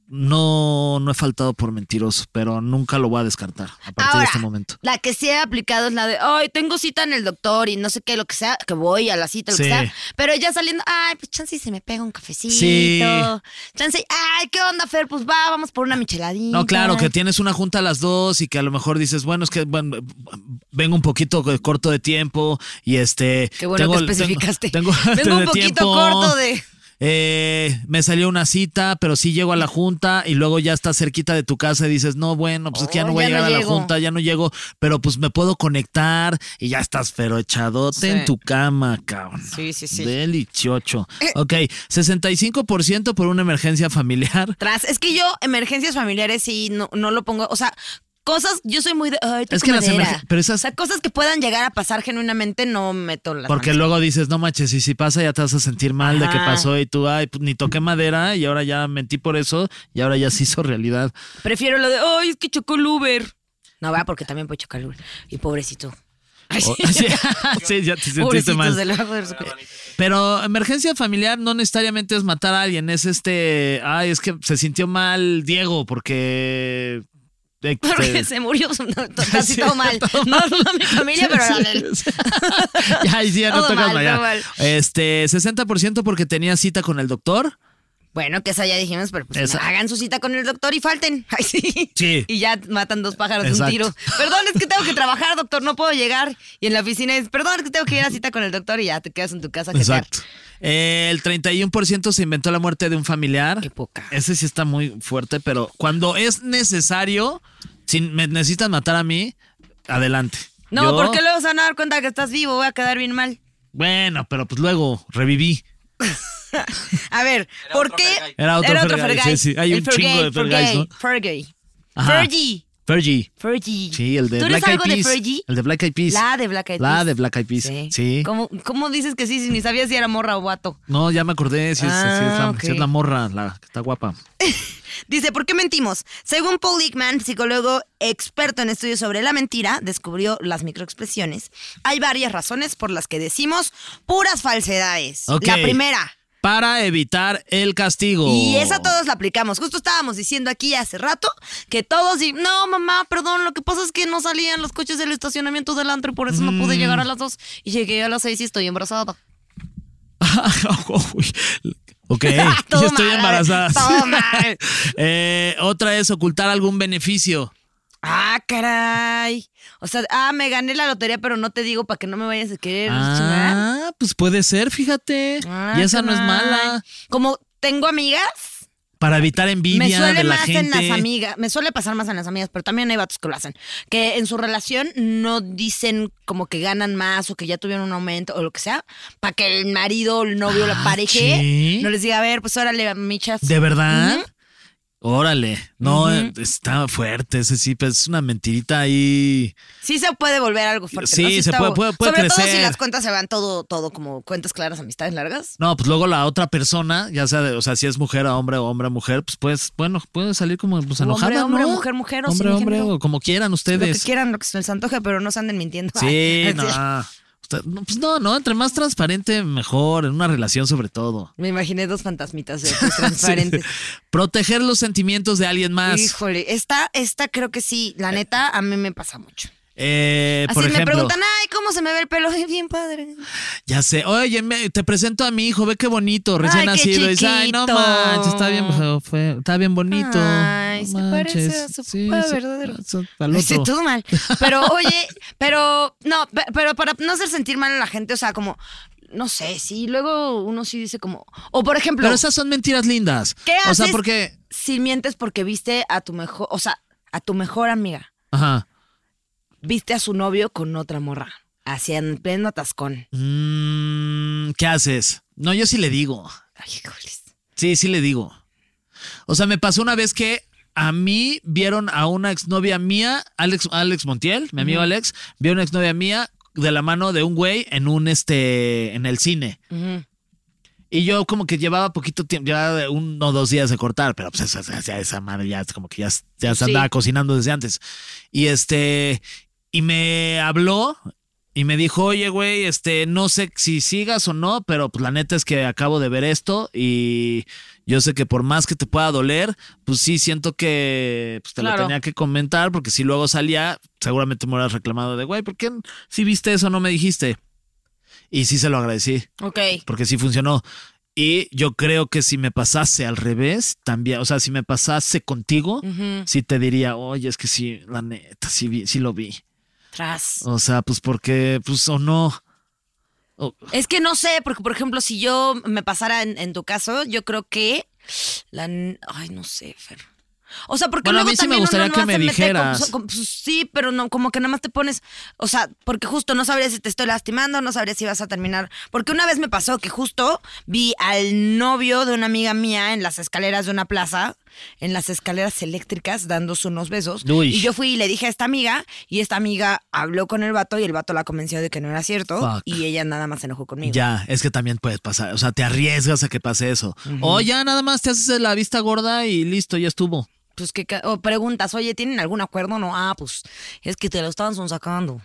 [SPEAKER 4] no, no he faltado por mentiroso, pero nunca lo voy a descartar a partir de
[SPEAKER 3] Ahora,
[SPEAKER 4] este momento.
[SPEAKER 3] La que sí he aplicado es la de, ay, tengo cita en el doctor y no sé qué, lo que sea, que voy a la cita, lo
[SPEAKER 4] Sí.
[SPEAKER 3] que sea. Pero ya saliendo, ay, pues chance y se me pega un cafecito.
[SPEAKER 4] Sí.
[SPEAKER 3] Chance, y, ay, ¿qué onda, Fer? Pues va, vamos por una micheladita.
[SPEAKER 4] No, claro, que tienes una junta a las dos y que a lo mejor dices, bueno, es que bueno, vengo un poquito corto de tiempo y este.
[SPEAKER 3] Qué bueno que
[SPEAKER 4] tengo-
[SPEAKER 3] especificaste.
[SPEAKER 4] <laughs> Tengo, tengo-
[SPEAKER 3] <laughs> Vengo un
[SPEAKER 4] de
[SPEAKER 3] poquito
[SPEAKER 4] tiempo.
[SPEAKER 3] corto de.
[SPEAKER 4] Eh, me salió una cita, pero sí llego a la junta y luego ya estás cerquita de tu casa y dices, no, bueno, pues es que ya
[SPEAKER 3] Oh,
[SPEAKER 4] no voy a
[SPEAKER 3] ya no
[SPEAKER 4] llegar a la
[SPEAKER 3] llego.
[SPEAKER 4] junta, ya no llego, pero pues me puedo conectar y ya estás pero echadote
[SPEAKER 3] Sí.
[SPEAKER 4] en tu cama, cabrón.
[SPEAKER 3] Sí, sí, sí.
[SPEAKER 4] Delichocho. Ok, 65% por una emergencia familiar.
[SPEAKER 3] Tras, es que yo, emergencias familiares sí, no, no lo pongo, o sea, cosas, yo soy muy de, ay,
[SPEAKER 4] Es
[SPEAKER 3] toco
[SPEAKER 4] que las
[SPEAKER 3] madera.
[SPEAKER 4] emergen- pero esas-
[SPEAKER 3] O sea, cosas que puedan llegar a pasar genuinamente no meto las
[SPEAKER 4] Porque
[SPEAKER 3] manos.
[SPEAKER 4] luego dices, no manches, y si pasa ya te vas a sentir mal de que
[SPEAKER 3] Ajá.
[SPEAKER 4] pasó y tú, ay, pues, ni toqué madera y ahora ya mentí por eso y ahora ya se hizo realidad.
[SPEAKER 3] Prefiero lo de, ay, es que chocó el Uber. No, va, porque también puede chocar el Uber. Y pobrecito. Ay, <laughs>
[SPEAKER 4] O-
[SPEAKER 3] sí.
[SPEAKER 4] <laughs> sí, sí, ya te sentiste
[SPEAKER 3] Pobrecitos
[SPEAKER 4] mal.
[SPEAKER 3] del abajo de su-
[SPEAKER 4] Pero emergencia familiar no necesariamente es matar a alguien, es este, ay, es que se sintió mal
[SPEAKER 3] <laughs>
[SPEAKER 4] Diego porque... eh,
[SPEAKER 3] Porque
[SPEAKER 4] te-
[SPEAKER 3] se murió, no, to- casi
[SPEAKER 4] Sí,
[SPEAKER 3] todo mal.
[SPEAKER 4] todo
[SPEAKER 3] No, no mi familia, pero la de él.
[SPEAKER 4] <laughs> ya, ahí sí, ya no
[SPEAKER 3] Todo
[SPEAKER 4] tocas
[SPEAKER 3] mal,
[SPEAKER 4] allá.
[SPEAKER 3] todo mal.
[SPEAKER 4] Este, 60% porque tenía cita con el doctor.
[SPEAKER 3] Bueno, que esa ya dijimos, pero pues
[SPEAKER 4] Esa.
[SPEAKER 3] hagan su cita con el doctor y falten. <laughs> Ay, sí.
[SPEAKER 4] Sí.
[SPEAKER 3] Y ya matan dos pájaros de
[SPEAKER 4] Exacto.
[SPEAKER 3] un tiro. Perdón, es que tengo que trabajar, doctor, no puedo llegar. Y en la oficina es, perdón, es que tengo que ir a cita con el doctor y ya te quedas en tu casa. a jetear.
[SPEAKER 4] Exacto. El 31% se inventó la muerte de un familiar.
[SPEAKER 3] Qué poca.
[SPEAKER 4] Ese sí está muy fuerte, pero cuando es necesario, si me necesitan matar a mí, adelante.
[SPEAKER 3] No,
[SPEAKER 4] Yo-
[SPEAKER 3] porque luego se van a dar cuenta que estás vivo, voy a quedar bien mal.
[SPEAKER 4] Bueno, pero pues luego reviví.
[SPEAKER 3] A ver, ¿por qué?
[SPEAKER 4] Era otro Fergay,
[SPEAKER 3] Fergay.
[SPEAKER 4] sí, sí, hay
[SPEAKER 3] El
[SPEAKER 4] un chingo de Fergays, ¿no?
[SPEAKER 3] Fergay.
[SPEAKER 4] Ajá.
[SPEAKER 3] Fergie.
[SPEAKER 4] Fergie.
[SPEAKER 3] Fergie.
[SPEAKER 4] Sí, el de
[SPEAKER 3] ¿Tú eres
[SPEAKER 4] Black Eyed
[SPEAKER 3] algo de
[SPEAKER 4] Peas.
[SPEAKER 3] Fergie?
[SPEAKER 4] el de Black Eyed Peas.
[SPEAKER 3] La de Black Eyed
[SPEAKER 4] La
[SPEAKER 3] Peas.
[SPEAKER 4] de Black Eyed Peas. Sí.
[SPEAKER 3] Sí. ¿Cómo, cómo dices que sí si ni sabías si era morra o vato?
[SPEAKER 4] No, ya me acordé. Si es, sí es la,
[SPEAKER 3] Ah, ok.
[SPEAKER 4] sí es la morra, la que está guapa.
[SPEAKER 3] Dice, ¿por qué mentimos? Según Paul Lickman, psicólogo experto en estudios sobre la mentira, descubrió las microexpresiones. Hay varias razones por las que decimos puras falsedades.
[SPEAKER 4] Ok.
[SPEAKER 3] La primera.
[SPEAKER 4] Para evitar el castigo.
[SPEAKER 3] Y esa todos la aplicamos. Justo estábamos diciendo aquí hace rato que todos y no, mamá, perdón, lo que pasa es que no salían los coches del estacionamiento del antro y por eso no pude llegar a las dos. Y llegué a las seis y estoy embarazada.
[SPEAKER 4] <laughs> Uy.
[SPEAKER 3] <laughs>
[SPEAKER 4] ok,
[SPEAKER 3] Ah, Todo
[SPEAKER 4] yo estoy
[SPEAKER 3] mal,
[SPEAKER 4] embarazada.
[SPEAKER 3] <laughs> todo mal.
[SPEAKER 4] <laughs> Eh, otra es ocultar algún beneficio.
[SPEAKER 3] Ah, caray. O sea, ah, me gané la lotería, pero no te digo para que no me vayas a querer chingar.
[SPEAKER 4] Ah, pues puede ser, fíjate.
[SPEAKER 3] Ah,
[SPEAKER 4] y esa no es
[SPEAKER 3] caray.
[SPEAKER 4] mala.
[SPEAKER 3] Como tengo amigas,
[SPEAKER 4] Para evitar
[SPEAKER 3] me
[SPEAKER 4] envidia
[SPEAKER 3] suele
[SPEAKER 4] de la
[SPEAKER 3] más en
[SPEAKER 4] gente.
[SPEAKER 3] las amigas, me suele pasar más en las amigas, pero también hay vatos que lo hacen. Que en su relación no dicen como que ganan más o que ya tuvieron un aumento o lo que sea, para que el marido, el novio,
[SPEAKER 4] Ah,
[SPEAKER 3] la pareja
[SPEAKER 4] ¿sí?
[SPEAKER 3] no les diga, a ver, pues órale, michas.
[SPEAKER 4] ¿De verdad?
[SPEAKER 3] Ujú.
[SPEAKER 4] Órale. No, eh, está fuerte ese sí, pues es una mentirita ahí.
[SPEAKER 3] Sí se puede volver algo fuerte.
[SPEAKER 4] Sí,
[SPEAKER 3] ¿no?
[SPEAKER 4] se
[SPEAKER 3] está
[SPEAKER 4] puede-
[SPEAKER 3] bu-
[SPEAKER 4] puede- puede
[SPEAKER 3] Sobre todo
[SPEAKER 4] crecer.
[SPEAKER 3] si las cuentas se van todo, todo como cuentas claras, amistades largas.
[SPEAKER 4] No, pues luego la otra persona, ya sea, de- o sea, si es mujer a hombre o hombre a mujer, pues, pues bueno, puede salir como pues,
[SPEAKER 3] O hombre,
[SPEAKER 4] enojada,
[SPEAKER 3] hombre,
[SPEAKER 4] ¿no?
[SPEAKER 3] mujer, mujer, o
[SPEAKER 4] Hombre,
[SPEAKER 3] sin
[SPEAKER 4] hombre,
[SPEAKER 3] género.
[SPEAKER 4] o como quieran
[SPEAKER 3] Lo que
[SPEAKER 4] ustedes.
[SPEAKER 3] quieran, lo que se les antoje, pero no se anden
[SPEAKER 4] <laughs>
[SPEAKER 3] mintiendo.
[SPEAKER 4] Sí,
[SPEAKER 3] Ay,
[SPEAKER 4] no.
[SPEAKER 3] así.
[SPEAKER 4] Usted- no, Pues no, no, entre más transparente, mejor, en una relación sobre todo.
[SPEAKER 3] <laughs> Me imaginé dos fantasmitas
[SPEAKER 4] <laughs>
[SPEAKER 3] eh,
[SPEAKER 4] Sí.
[SPEAKER 3] transparentes.
[SPEAKER 4] Proteger los sentimientos de alguien más.
[SPEAKER 3] Híjole, esta, esta creo que sí, la neta, a mí me pasa mucho.
[SPEAKER 4] Eh,
[SPEAKER 3] Así
[SPEAKER 4] por
[SPEAKER 3] me
[SPEAKER 4] ejemplo,
[SPEAKER 3] preguntan, ay, ¿cómo se me ve el pelo? <laughs> Ay, Bien padre.
[SPEAKER 4] ya sé, oye, me- te presento a mi hijo, ve qué bonito, recién
[SPEAKER 3] Ay, qué
[SPEAKER 4] nacido. Y dice, ay, no
[SPEAKER 3] chiquito.
[SPEAKER 4] manches, está bien, fue- está bien bonito.
[SPEAKER 3] Ay,
[SPEAKER 4] No
[SPEAKER 3] se parece a
[SPEAKER 4] manches.
[SPEAKER 3] su
[SPEAKER 4] Sí,
[SPEAKER 3] papá
[SPEAKER 4] se-
[SPEAKER 3] verdadero.
[SPEAKER 4] se- al
[SPEAKER 3] Sí,
[SPEAKER 4] otro.
[SPEAKER 3] todo mal. Pero, oye, pero, no, pe- pero para no hacer sentir mal a la gente, o sea, como no sé, sí, luego uno sí dice como, o por ejemplo,
[SPEAKER 4] Pero esas son mentiras lindas.
[SPEAKER 3] ¿Qué
[SPEAKER 4] O sea,
[SPEAKER 3] haces?
[SPEAKER 4] porque.
[SPEAKER 3] si mientes porque viste a tu mejor, o sea, a tu mejor amiga,
[SPEAKER 4] Ajá.
[SPEAKER 3] viste a su novio con otra morra, así en pleno atascón.
[SPEAKER 4] Mm, ¿Qué haces? No, yo sí le digo.
[SPEAKER 3] Ay, híjoles.
[SPEAKER 4] Sí, sí le digo. O sea, me pasó una vez que a mí vieron a una exnovia mía, Alex, Alex Montiel, mi amigo Alex, vio a una exnovia mía de la mano de un güey en un este en el cine.
[SPEAKER 3] Ujú.
[SPEAKER 4] Y yo como que llevaba poquito tiempo, llevaba uno o dos días de cortar, pero pues esa, esa, esa madre ya es como que ya, ya se
[SPEAKER 3] Sí.
[SPEAKER 4] andaba cocinando desde antes. Y este, y me habló y me dijo, oye, güey, este, no sé si sigas o no, pero pues la neta es que acabo de ver esto y yo sé que por más que te pueda doler, pues sí siento que pues, te lo
[SPEAKER 3] Claro.
[SPEAKER 4] tenía que comentar porque si luego salía, seguramente me hubieras reclamado de, güey, ¿por qué si viste eso no me dijiste? Y sí se lo agradecí
[SPEAKER 3] Ok.
[SPEAKER 4] porque sí funcionó. Y yo creo que si me pasase al revés, también, o sea, si me pasase contigo,
[SPEAKER 3] Ujú.
[SPEAKER 4] sí te diría, oye, es que sí, la neta, sí, vi- sí lo vi.
[SPEAKER 3] Tras.
[SPEAKER 4] O sea, pues porque, pues o no. O-
[SPEAKER 3] Es que no sé, porque por ejemplo, si yo me pasara en, en tu caso, yo creo que la n- ay, no sé, Fer. O sea, porque
[SPEAKER 4] Bueno, a
[SPEAKER 3] luego
[SPEAKER 4] mí sí me
[SPEAKER 3] también uno
[SPEAKER 4] gustaría que
[SPEAKER 3] nomás
[SPEAKER 4] me
[SPEAKER 3] se mete con-
[SPEAKER 4] dijeras.
[SPEAKER 3] con- pues, sí, pero no, como que nada más te pones, o sea, porque justo no sabría si te estoy lastimando, no sabría si vas a terminar. Porque una vez me pasó que justo vi al novio de una amiga mía en las escaleras de una plaza, en las escaleras eléctricas, dándose unos besos.
[SPEAKER 4] Uy.
[SPEAKER 3] Y yo fui y le dije a esta amiga, y esta amiga habló con el vato y el vato la convenció de que no era cierto.
[SPEAKER 4] Fuck.
[SPEAKER 3] Y ella nada más se enojó conmigo.
[SPEAKER 4] Ya, es que también puedes pasar, o sea, te arriesgas a que pase eso. O ya nada más te haces la vista gorda y listo, ya estuvo. <laughs>
[SPEAKER 3] Pues que ca- o preguntas, oye, ¿tienen algún acuerdo? No, ah, pues es que te lo estaban sacando.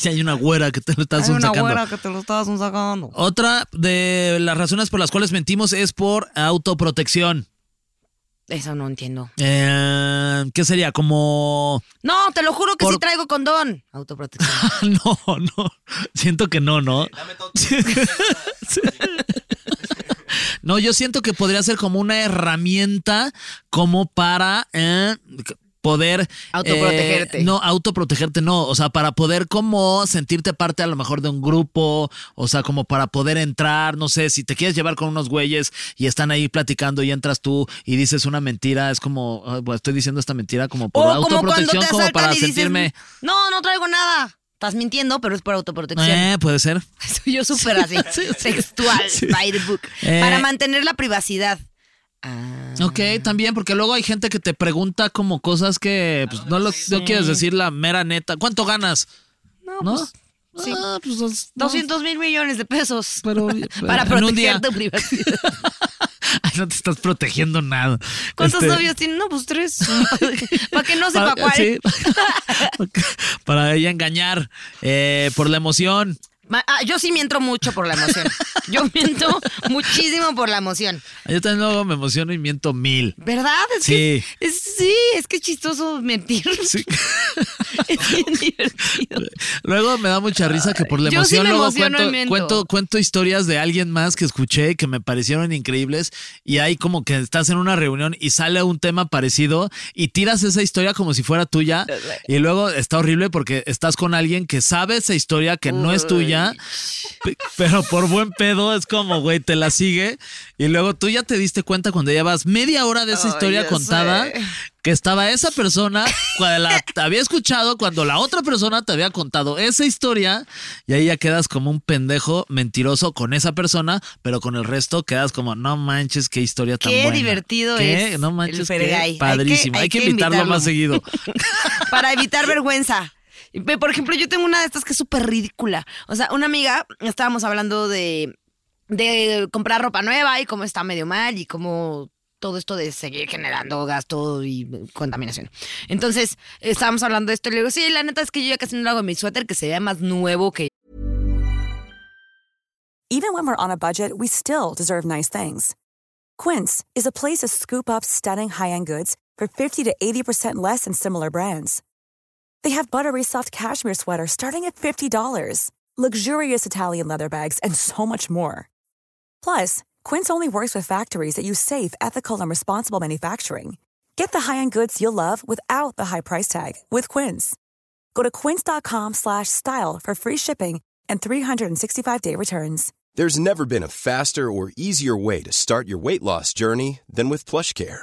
[SPEAKER 4] ya hay una güera que te lo estás
[SPEAKER 3] Hay una
[SPEAKER 4] sacando.
[SPEAKER 3] güera que te lo estaban sacando.
[SPEAKER 4] Otra de las razones por las cuales mentimos es por autoprotección.
[SPEAKER 3] Eso no entiendo.
[SPEAKER 4] Eh, ¿Qué sería? Como
[SPEAKER 3] No, te lo juro que
[SPEAKER 4] Por-
[SPEAKER 3] sí traigo condón. Autoprotección.
[SPEAKER 4] No, no. Siento que no, ¿no? <laughs> Sí. No, yo siento que podría ser como una herramienta como para eh, poder...
[SPEAKER 3] Autoprotegerte.
[SPEAKER 4] eh, no, autoprotegerte no. O sea, para poder como sentirte parte a lo mejor de un grupo. O sea, como para poder entrar, no sé, si te quieres llevar con unos güeyes y están ahí platicando y entras tú y dices una mentira, es como, "Ay, bueno, estoy diciendo esta mentira como <laughs>
[SPEAKER 3] o
[SPEAKER 4] por
[SPEAKER 3] como cuando te
[SPEAKER 4] autoprotección, como,
[SPEAKER 3] asaltan
[SPEAKER 4] para
[SPEAKER 3] y dices,
[SPEAKER 4] sentirme...
[SPEAKER 3] no, no traigo nada. Estás mintiendo, pero es por autoprotección.
[SPEAKER 4] Eh, <laughs> puede ser.
[SPEAKER 3] <laughs> Soy yo súper así, sexual, by the book.
[SPEAKER 4] Eh.
[SPEAKER 3] Para mantener la privacidad. Ah.
[SPEAKER 4] Ok, también, porque luego hay gente que te pregunta como cosas que pues, no, lo, no quieres decir la mera neta. ¿Cuánto ganas?
[SPEAKER 3] No,
[SPEAKER 4] ¿No?
[SPEAKER 3] pues sí.
[SPEAKER 4] Ah, pues, dos- no.
[SPEAKER 3] 200 mil millones de pesos. <laughs>
[SPEAKER 4] Pero-
[SPEAKER 3] para
[SPEAKER 4] en un día.
[SPEAKER 3] proteger tu privacidad.
[SPEAKER 4] <laughs> Ay, no te estás protegiendo nada.
[SPEAKER 3] ¿Cuántos
[SPEAKER 4] Este,
[SPEAKER 3] novios tienen? No, pues
[SPEAKER 4] <laughs>
[SPEAKER 3] tres. Para que no sepa
[SPEAKER 4] para-
[SPEAKER 3] cuál.
[SPEAKER 4] sí. <laughs> para ella engañar eh, por la emoción.
[SPEAKER 3] Ma- ah, yo sí miento mucho por la emoción. <laughs> Yo miento muchísimo por la emoción.
[SPEAKER 4] Yo también luego me emociono y miento mil.
[SPEAKER 3] ¿Verdad? Es
[SPEAKER 4] Sí.
[SPEAKER 3] Que, es- sí, es que es chistoso mentir.
[SPEAKER 4] Sí.
[SPEAKER 3] <laughs> Es
[SPEAKER 4] <laughs>
[SPEAKER 3] bien divertido.
[SPEAKER 4] Luego me da mucha risa que por la
[SPEAKER 3] Yo sí
[SPEAKER 4] emoción
[SPEAKER 3] me
[SPEAKER 4] luego
[SPEAKER 3] emociono
[SPEAKER 4] cuento,
[SPEAKER 3] y miento.
[SPEAKER 4] cuento, cuento historias de alguien más que escuché y que me parecieron increíbles y hay como que estás en una reunión y sale un tema parecido y tiras esa historia como si fuera tuya y luego está horrible porque estás con alguien que sabe esa historia que no es tuya, pe- pero por buen pedo es como, güey, te la sigue y luego tú ya te diste cuenta cuando llevas media hora de esa
[SPEAKER 3] Ay,
[SPEAKER 4] historia
[SPEAKER 3] ya
[SPEAKER 4] contada
[SPEAKER 3] sé.
[SPEAKER 4] que estaba esa persona cuando
[SPEAKER 3] <laughs>
[SPEAKER 4] la te había escuchado cuando la otra persona te había contado esa historia y ahí ya quedas como un pendejo mentiroso con esa persona, pero con el resto quedas como no manches qué historia tan
[SPEAKER 3] Qué
[SPEAKER 4] buena.
[SPEAKER 3] divertido
[SPEAKER 4] ¿Qué?
[SPEAKER 3] es
[SPEAKER 4] No
[SPEAKER 3] el
[SPEAKER 4] manches qué
[SPEAKER 3] Fergay. Hay que-
[SPEAKER 4] padrísimo. Hay que,
[SPEAKER 3] hay que
[SPEAKER 4] invitarlo, más seguido.
[SPEAKER 3] <laughs> para evitar vergüenza. Y, pe- Por ejemplo, yo tengo una de estas que es súper ridícula. O sea, una amiga, estábamos hablando de, de comprar ropa nueva y cómo está medio mal y cómo todo esto de seguir generando gasto y contaminación. Entonces, estábamos hablando de esto y le digo, sí, la neta es que yo ya casi no lo hago en mi suéter, que se vea más nuevo que
[SPEAKER 5] Even when we're on a budget, we still deserve nice things. Quince is a place to scoop up stunning high-end goods for 50 to 80% less than similar brands. They have buttery soft cashmere sweaters starting at $50, luxurious Italian leather bags, and so much more. Plus, Quince only works with factories that use safe, ethical, and responsible manufacturing. Get the high-end goods you'll love without the high price tag with Quince. Go to quince.com/style slash style for free shipping and 365 day returns.
[SPEAKER 6] There's never been a faster or easier way to start your weight loss journey than with PlushCare.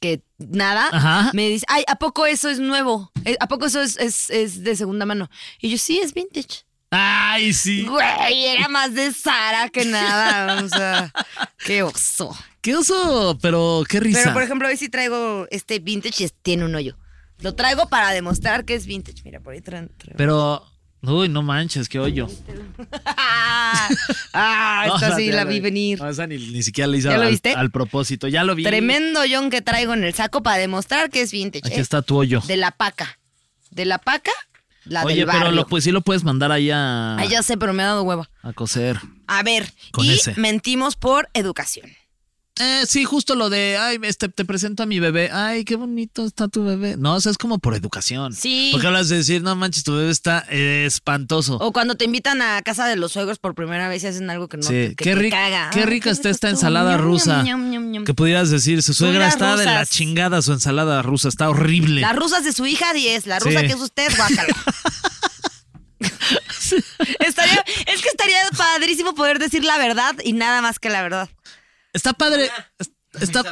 [SPEAKER 3] que nada,
[SPEAKER 4] Ajá.
[SPEAKER 3] me dice, ay, ¿a poco eso es nuevo? Eh, ¿A poco eso es, es- es de segunda mano? Y yo, sí, es vintage.
[SPEAKER 4] Ay, sí.
[SPEAKER 3] Güey, era más de Sara que nada. O sea, qué oso.
[SPEAKER 4] Qué oso, pero qué risa.
[SPEAKER 3] Pero, por ejemplo, hoy sí traigo este vintage y es- tiene un hoyo. Lo traigo para demostrar que es vintage. Mira, por ahí tra- traigo.
[SPEAKER 4] Pero, uy, no manches, qué hoyo.
[SPEAKER 3] ¡Ah!
[SPEAKER 4] <laughs>
[SPEAKER 3] ah,
[SPEAKER 4] No,
[SPEAKER 3] esta sí
[SPEAKER 4] ya
[SPEAKER 3] la
[SPEAKER 4] lo
[SPEAKER 3] vi venir.
[SPEAKER 4] No, esa ni, ni siquiera le hice
[SPEAKER 3] ¿Ya lo
[SPEAKER 4] al,
[SPEAKER 3] viste?
[SPEAKER 4] al propósito. Ya lo vi.
[SPEAKER 3] Tremendo yon que traigo en el saco para demostrar que es vintage.
[SPEAKER 4] Aquí
[SPEAKER 3] ¿eh?
[SPEAKER 4] está tu hoyo.
[SPEAKER 3] De la paca. De la paca, la
[SPEAKER 4] Oye,
[SPEAKER 3] del barrio.
[SPEAKER 4] pero lo, pues sí lo puedes mandar ahí a,
[SPEAKER 3] Ay, ya sé, pero me ha dado hueva.
[SPEAKER 4] a coser.
[SPEAKER 3] A ver,
[SPEAKER 4] Con
[SPEAKER 3] y
[SPEAKER 4] ese.
[SPEAKER 3] mentimos por educación.
[SPEAKER 4] Eh, sí, justo lo de, ay, este, te presento a mi bebé. Ay, qué bonito está tu bebé. No, eso es como por educación.
[SPEAKER 3] Sí. Oh,
[SPEAKER 4] Porque hablas de decir, no manches, tu bebé está eh, espantoso.
[SPEAKER 3] O cuando te invitan a casa de los suegros por primera vez y hacen algo que no
[SPEAKER 4] sí,
[SPEAKER 3] te, que
[SPEAKER 4] qué,
[SPEAKER 3] te
[SPEAKER 4] ric-
[SPEAKER 3] caga.
[SPEAKER 4] qué
[SPEAKER 3] Ah, rico
[SPEAKER 4] rica está esta
[SPEAKER 3] estuvo.
[SPEAKER 4] ensalada
[SPEAKER 3] Ñam,
[SPEAKER 4] rusa.
[SPEAKER 3] ñam, ñam, ñam.
[SPEAKER 4] Que pudieras decir, su suegra
[SPEAKER 3] Suegras
[SPEAKER 4] está de la
[SPEAKER 3] rusas.
[SPEAKER 4] chingada, su ensalada rusa está horrible.
[SPEAKER 3] La rusa es de su hija 10, la rusa
[SPEAKER 4] Sí.
[SPEAKER 3] que es usted,
[SPEAKER 4] <laughs>
[SPEAKER 3] guácala. <laughs> Estaría- es que estaría padrísimo poder decir la verdad y nada más que la verdad.
[SPEAKER 4] Está padre. es- Está.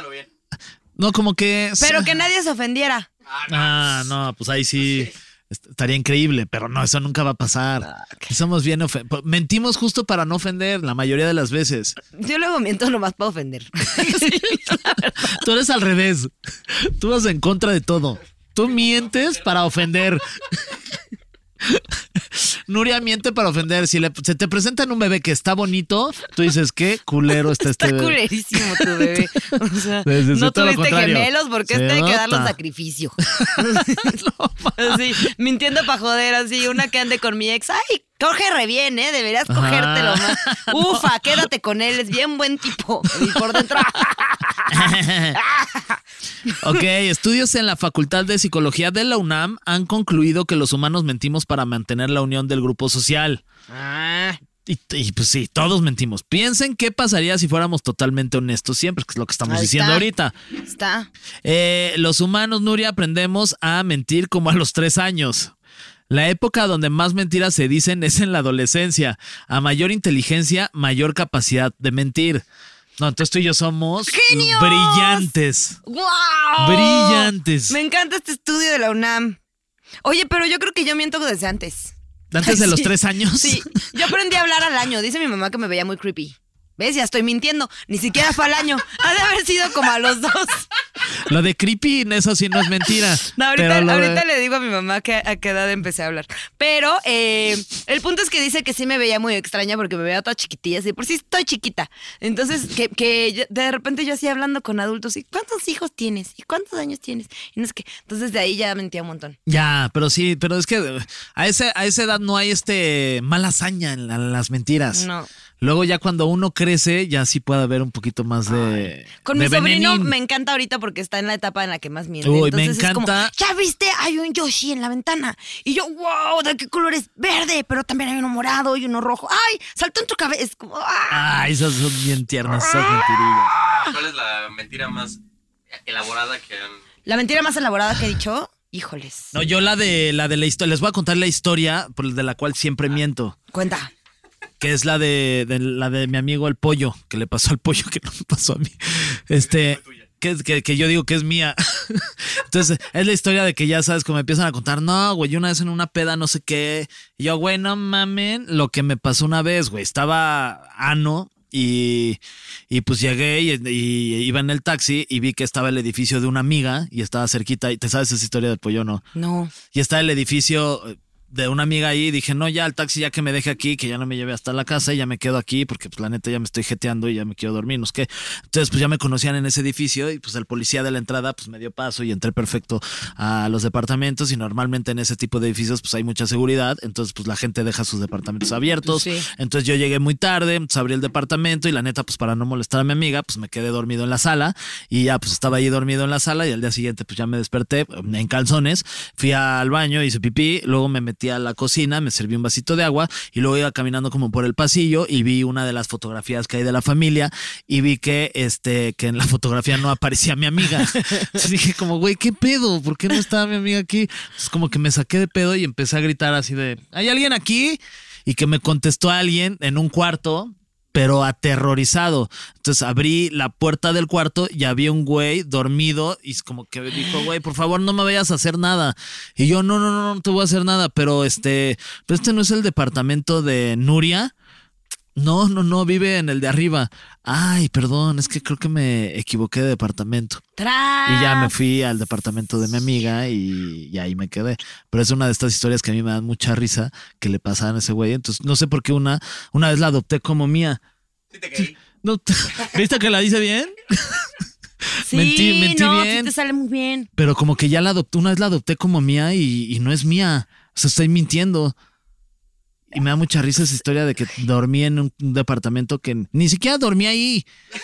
[SPEAKER 4] No, como que.
[SPEAKER 3] Pero que nadie se ofendiera.
[SPEAKER 4] Ah, no, pues ahí sí. est- Estaría increíble, pero no, eso nunca va a
[SPEAKER 3] Ah,
[SPEAKER 4] pasar. Somos bien ofe- po- Mentimos justo para no ofender la mayoría de las veces.
[SPEAKER 3] Yo luego miento nomás para ofender. <laughs>
[SPEAKER 4] Tú eres al revés. Tú vas en contra de todo. Tú mientes para ofender. Nuria miente para ofender. Si le- se te presentan un bebé que está bonito, tú dices, qué culero está este
[SPEAKER 3] Está
[SPEAKER 4] bebé.
[SPEAKER 3] culerísimo tu bebé. O sea,
[SPEAKER 4] Desde su
[SPEAKER 3] no
[SPEAKER 4] todo lo
[SPEAKER 3] tuviste
[SPEAKER 4] contrario.
[SPEAKER 3] gemelos porque
[SPEAKER 4] Se
[SPEAKER 3] este hay que darle
[SPEAKER 4] nota. <laughs>
[SPEAKER 3] sacrificio. así, mintiendo para joder, así, una que ande con mi ex. Ay, coge re bien, ¿eh? Deberías cogértelo
[SPEAKER 4] <laughs>
[SPEAKER 3] más. Ufa, quédate con él, es bien buen tipo. Y por dentro. ah,
[SPEAKER 4] Ok, estudios en la Facultad de Psicología de la UNAM han concluido que los humanos mentimos para mantener la unión del grupo social.
[SPEAKER 3] Ah,
[SPEAKER 4] Y, y, pues sí, todos mentimos. Piensen qué pasaría si fuéramos totalmente honestos siempre, que es lo que estamos
[SPEAKER 3] Ahí está.
[SPEAKER 4] diciendo ahorita.
[SPEAKER 3] está.
[SPEAKER 4] Eh, los humanos, Nuria, aprendemos a mentir como a los tres años. La época donde más mentiras se dicen es en la adolescencia. A mayor inteligencia, mayor capacidad de mentir. No, entonces tú y yo somos
[SPEAKER 3] ¡Genios!
[SPEAKER 4] brillantes.
[SPEAKER 3] ¡Guau!
[SPEAKER 4] Brillantes.
[SPEAKER 3] Me encanta este estudio de la UNAM. Oye, pero yo creo que yo miento desde antes.
[SPEAKER 4] Antes de
[SPEAKER 3] Ay,
[SPEAKER 4] los
[SPEAKER 3] sí.
[SPEAKER 4] tres años.
[SPEAKER 3] Sí, yo aprendí a hablar al año. Dice mi mamá que me veía muy creepy. ¿Ves? Ya estoy mintiendo. Ni siquiera fue al año. Ha de haber sido como a los dos.
[SPEAKER 4] <laughs> Lo de creepy, eso sí no es mentira.
[SPEAKER 3] No, ahorita,
[SPEAKER 4] Pero lo de-
[SPEAKER 3] ahorita le digo a mi mamá que a qué edad empecé a hablar. Pero eh, el punto es que dice que sí me veía muy extraña porque me veía toda chiquitilla. Así, por si estoy chiquita. Entonces, que, que yo- de repente yo así hablando con adultos. ¿Y cuántos hijos tienes? ¿Y cuántos años tienes? Y no es que. Entonces, de ahí ya mentía un montón.
[SPEAKER 4] Ya, pero sí, pero es que eh, a, ese, a esa edad no hay este mala hazaña en la- las mentiras.
[SPEAKER 3] No.
[SPEAKER 4] Luego ya cuando uno crece, ya sí puede haber un poquito más de.
[SPEAKER 3] Con
[SPEAKER 4] de
[SPEAKER 3] mi sobrino
[SPEAKER 4] venenín.
[SPEAKER 3] me encanta ahorita porque está en la etapa en la que más miente.
[SPEAKER 4] Uy, me
[SPEAKER 3] Entonces es como,
[SPEAKER 4] encanta.
[SPEAKER 3] ya viste, hay un Yoshi en la ventana. Y yo, wow, ¿de qué color es? Verde, pero también hay uno morado y uno rojo. ¡Ay! Saltó en tu cabeza. Es como, ¡ah!
[SPEAKER 4] Ay, esas son bien tiernas, esas mentirillas.
[SPEAKER 7] ¿Cuál es la mentira más elaborada que han
[SPEAKER 3] La mentira más elaborada que he dicho, híjoles.
[SPEAKER 4] No, yo la de la de la historia, les voy a contar la historia por de la cual siempre miento,
[SPEAKER 3] Cuenta.
[SPEAKER 4] que es la de, de- la de mi amigo el pollo, que le pasó al pollo que no me pasó a mí. Este que, es- que, que yo digo que es mía. <laughs> Entonces, es la historia de que ya sabes, como empiezan a contar, no, güey, una vez en una peda, no sé qué. Y yo, güey, no mamen, lo que me pasó una vez, güey, estaba ano y, y pues llegué y, y iba en el taxi y vi que estaba el edificio de una amiga y estaba cerquita. ¿Y te sabes esa historia del pollo, no?
[SPEAKER 3] No.
[SPEAKER 4] y está el edificio eh, de una amiga ahí y dije, no, ya el taxi ya que me deje aquí, que ya no me lleve hasta la casa y ya me quedo aquí porque pues la neta ya me estoy jeteando y ya me quiero dormir, no es que. Entonces pues ya me conocían en ese edificio y pues el policía de la entrada pues me dio paso y entré perfecto a los departamentos y normalmente en ese tipo de edificios pues hay mucha seguridad, entonces pues la gente deja sus departamentos abiertos.
[SPEAKER 3] Sí.
[SPEAKER 4] Entonces yo llegué muy tarde, pues abrí el departamento y la neta pues para no molestar a mi amiga pues me quedé dormido en la sala y ya pues estaba ahí dormido en la sala y al día siguiente pues ya me desperté en calzones, fui al baño, hice pipí, luego me metí a la cocina, me serví un vasito de agua y luego iba caminando como por el pasillo y vi una de las fotografías que hay de la familia y vi que este que en la fotografía no aparecía mi amiga. Entonces dije como, güey, ¿qué pedo? ¿Por qué no estaba mi amiga aquí? Entonces como que me saqué de pedo y empecé a gritar así de, ¿hay alguien aquí? Y que me contestó alguien en un cuarto pero aterrorizado. Entonces abrí la puerta del cuarto y había un güey dormido y es como que me dijo, güey, por favor no me vayas a hacer nada. Y yo, no, no, no, no te voy a hacer nada, pero este, pero este no es el departamento de Nuria. No, no, no, vive en el de arriba. Ay, perdón, es que creo que me equivoqué de departamento.
[SPEAKER 3] Tras.
[SPEAKER 4] Y ya me fui al departamento de mi amiga y, y ahí me quedé. Pero es una de estas historias que a mí me dan mucha risa que le pasaban a ese güey. Entonces, no sé por qué una, una vez la adopté como mía.
[SPEAKER 7] Sí, te caí.
[SPEAKER 4] No, <laughs> ¿Viste que la hice bien?
[SPEAKER 3] Sí,
[SPEAKER 4] mentí- mentí
[SPEAKER 3] no, sí
[SPEAKER 4] bien.
[SPEAKER 3] te sale muy bien.
[SPEAKER 4] Pero como que ya la adopté, una vez la adopté como mía y, y no es mía. O sea, estoy mintiendo. Y me da mucha risa esa historia de que dormí en un un departamento que ni siquiera dormí ahí. <laughs>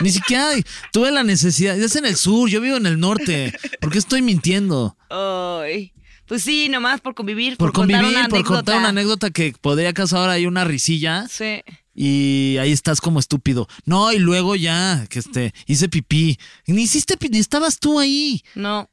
[SPEAKER 4] Ni siquiera tuve la necesidad. Es en el sur, yo vivo en el norte. ¿Por qué estoy mintiendo?
[SPEAKER 3] Ay. Pues sí, nomás por convivir,
[SPEAKER 4] Por,
[SPEAKER 3] por,
[SPEAKER 4] convivir,
[SPEAKER 3] contar una
[SPEAKER 4] por
[SPEAKER 3] anécdota.
[SPEAKER 4] contar una anécdota que podría causar ahí una risilla.
[SPEAKER 3] Sí.
[SPEAKER 4] Y ahí estás como estúpido. No, y luego ya, que este, hice pipí. Ni hiciste pipí, estabas tú ahí. <laughs>
[SPEAKER 3] No.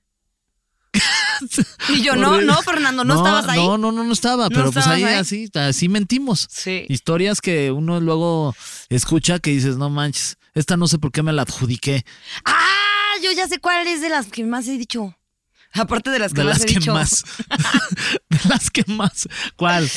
[SPEAKER 3] y yo, no, no, Fernando, no, estabas ahí.
[SPEAKER 4] No, no, no, no estaba,
[SPEAKER 3] No
[SPEAKER 4] pero pues
[SPEAKER 3] estabas
[SPEAKER 4] ahí,
[SPEAKER 3] ahí.
[SPEAKER 4] así, así mentimos.
[SPEAKER 3] Sí.
[SPEAKER 4] Historias que uno luego escucha que dices, no manches, esta no sé por qué me la adjudiqué.
[SPEAKER 3] Ah, yo ya sé cuál es de las que más he dicho. Aparte de las que
[SPEAKER 4] De
[SPEAKER 3] más
[SPEAKER 4] las
[SPEAKER 3] he
[SPEAKER 4] que
[SPEAKER 3] dicho.
[SPEAKER 4] más. <laughs> de las que más. ¿Cuál?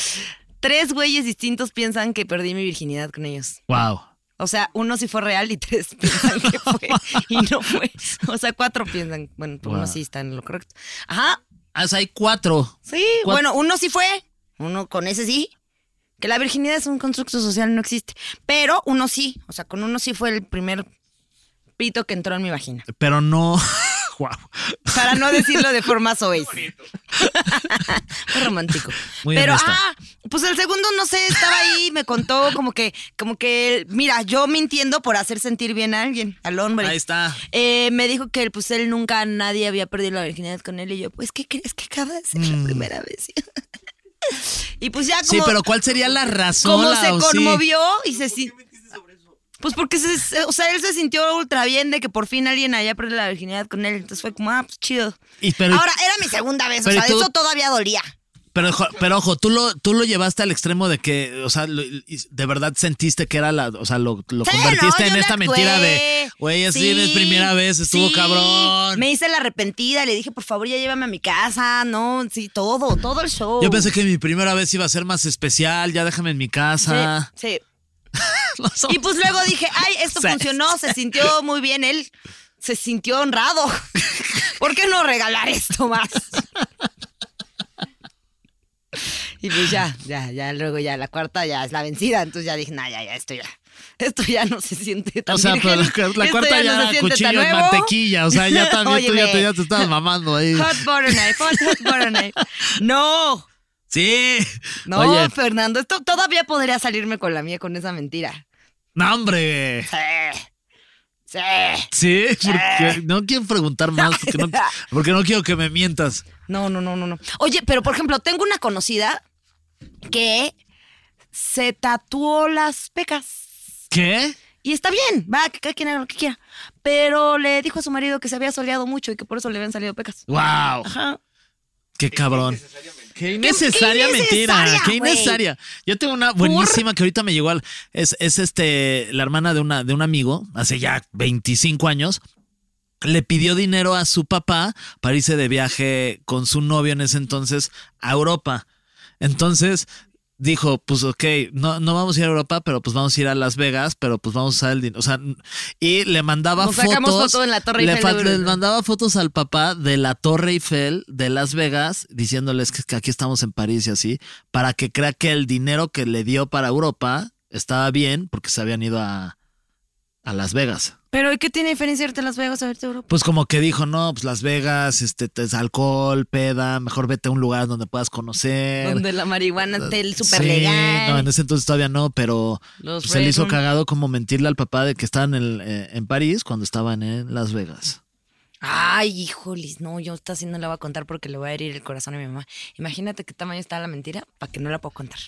[SPEAKER 3] Tres güeyes distintos piensan que perdí mi virginidad con ellos.
[SPEAKER 4] Wow.
[SPEAKER 3] O sea, uno sí fue real y tres <laughs> piensan que fue y no fue. O sea, cuatro piensan, bueno, pues uno
[SPEAKER 4] Wow.
[SPEAKER 3] sí está en lo correcto. Ajá,
[SPEAKER 4] Ah, o sea, hay cuatro.
[SPEAKER 3] sí,
[SPEAKER 4] Cuat-
[SPEAKER 3] bueno, uno sí fue, uno con ese sí. Que la virginidad es un constructo social, no existe. Pero uno sí, o sea, con uno sí fue el primer pito que entró en mi vagina.
[SPEAKER 4] Pero no. <laughs> wow.
[SPEAKER 3] Para no decirlo de forma soez. <laughs> Muy romántico.
[SPEAKER 4] Muy
[SPEAKER 3] Pero,
[SPEAKER 4] honesta.
[SPEAKER 3] ah, pues el segundo, no sé, estaba ahí, me contó como que, como que, mira, yo mintiendo por hacer sentir bien a alguien, al hombre.
[SPEAKER 4] Ahí está.
[SPEAKER 3] Eh, me dijo que pues él nunca nadie había perdido la virginidad con él y yo, pues, ¿qué crees que acaba de ser la primera vez? <laughs> y pues ya como,
[SPEAKER 4] Mm. Sí, pero ¿cuál sería la razón?
[SPEAKER 3] como
[SPEAKER 4] la-
[SPEAKER 3] se
[SPEAKER 4] o sí?
[SPEAKER 3] conmovió y se sin- Pues porque se, o sea, él se sintió ultra bien de que por fin alguien había perdido la virginidad con él. Entonces fue como, ah, pues chido.
[SPEAKER 4] Y- pero-
[SPEAKER 3] Ahora, era mi segunda vez, o
[SPEAKER 4] pero
[SPEAKER 3] sea,
[SPEAKER 4] tú-
[SPEAKER 3] eso todavía dolía.
[SPEAKER 4] Pero, ojo- pero ojo, tú lo, tú lo llevaste al extremo de que, o sea, lo- y de verdad sentiste que era la, o sea, lo, lo
[SPEAKER 3] Sí,
[SPEAKER 4] convertiste
[SPEAKER 3] no, yo
[SPEAKER 4] en
[SPEAKER 3] le
[SPEAKER 4] esta
[SPEAKER 3] actué.
[SPEAKER 4] mentira de, güey, así es
[SPEAKER 3] Sí,
[SPEAKER 4] primera vez, estuvo
[SPEAKER 3] sí.
[SPEAKER 4] cabrón.
[SPEAKER 3] Me hice la arrepentida, le dije, por favor, ya llévame a mi casa, no, sí, todo, todo el show.
[SPEAKER 4] Yo pensé que mi primera vez iba a ser más especial, ya déjame en mi casa. <laughs>
[SPEAKER 3] Sí, sí.
[SPEAKER 4] No so-
[SPEAKER 3] Y pues luego dije, ay, esto
[SPEAKER 4] Sí.
[SPEAKER 3] funcionó, se sintió muy bien él, se sintió
[SPEAKER 4] <laughs>
[SPEAKER 3] honrado. ¿Por qué no regalar esto más? Y pues ya, ya, ya, luego ya la cuarta ya es la vencida, entonces ya dije, nah, ya, ya, esto ya, esto ya no se siente tan
[SPEAKER 4] o sea,
[SPEAKER 3] virgen,
[SPEAKER 4] pero la, la
[SPEAKER 3] esto
[SPEAKER 4] cuarta
[SPEAKER 3] no
[SPEAKER 4] ya,
[SPEAKER 3] se siente
[SPEAKER 4] cuchillo
[SPEAKER 3] tan
[SPEAKER 4] en
[SPEAKER 3] nuevo".
[SPEAKER 4] mantequilla, o
[SPEAKER 3] <laughs>
[SPEAKER 4] sea, ya también tú ya
[SPEAKER 3] Óyeme,
[SPEAKER 4] te, ya te estabas mamando ahí.
[SPEAKER 3] Hot butter knife, hot, hot butter knife. No,
[SPEAKER 4] Sí.
[SPEAKER 3] no,
[SPEAKER 4] Oye,
[SPEAKER 3] Fernando, esto todavía podría salirme con la mía con esa mentira.
[SPEAKER 4] no, hombre.
[SPEAKER 3] Sí, sí.
[SPEAKER 4] Sí, porque
[SPEAKER 3] Eh.
[SPEAKER 4] no quiero preguntar más, porque no, porque no quiero que me mientas.
[SPEAKER 3] No, no, no, no, no. Oye, pero por ejemplo, tengo una conocida que se tatuó las pecas.
[SPEAKER 4] ¿Qué?
[SPEAKER 3] Y está bien, va, que cada quien haga lo que quiera. Pero le dijo a su marido que se había soleado mucho y que por eso le habían salido pecas.
[SPEAKER 4] ¡Wow!
[SPEAKER 3] Ajá.
[SPEAKER 4] Qué cabrón. Qué
[SPEAKER 3] innecesaria
[SPEAKER 4] innecesaria mentira. Qué
[SPEAKER 3] güey.
[SPEAKER 4] innecesaria. Yo tengo una buenísima que ahorita me llegó al. Es, es este la hermana de una, de un amigo, hace ya 25 años. Le pidió dinero a su papá para irse de viaje con su novio en ese entonces a Europa. Entonces, dijo, pues ok, no, no vamos a ir a Europa, pero pues vamos a ir a Las Vegas, pero pues vamos a usar el dinero. O sea, y le mandaba
[SPEAKER 3] Nos
[SPEAKER 4] fotos.
[SPEAKER 3] sacamos foto en la Torre
[SPEAKER 4] le
[SPEAKER 3] Eiffel
[SPEAKER 4] fa-
[SPEAKER 3] de
[SPEAKER 4] le
[SPEAKER 3] Europa.
[SPEAKER 4] mandaba fotos al papá de la Torre Eiffel de Las Vegas, diciéndoles que, que aquí estamos en París y así, para que crea que el dinero que le dio para Europa estaba bien, porque se habían ido a, a Las Vegas.
[SPEAKER 3] Pero ¿y qué tiene diferencia irte a Las Vegas a verte a Europa?
[SPEAKER 4] Pues como que dijo, no, pues Las Vegas, este, es alcohol, peda, mejor vete a un lugar donde puedas conocer.
[SPEAKER 3] Donde la marihuana esté el súper
[SPEAKER 4] Sí,
[SPEAKER 3] legal.
[SPEAKER 4] No, en ese entonces todavía no, pero
[SPEAKER 3] Los
[SPEAKER 4] pues, se le hizo
[SPEAKER 3] Redrum.
[SPEAKER 4] cagado como mentirle al papá de que estaban en, eh, en París cuando estaban en Las Vegas.
[SPEAKER 3] Ay, híjoles, no, yo esta sí no la voy a contar porque le voy a herir el corazón a mi mamá. Imagínate qué tamaño está la mentira para que no la puedo contar.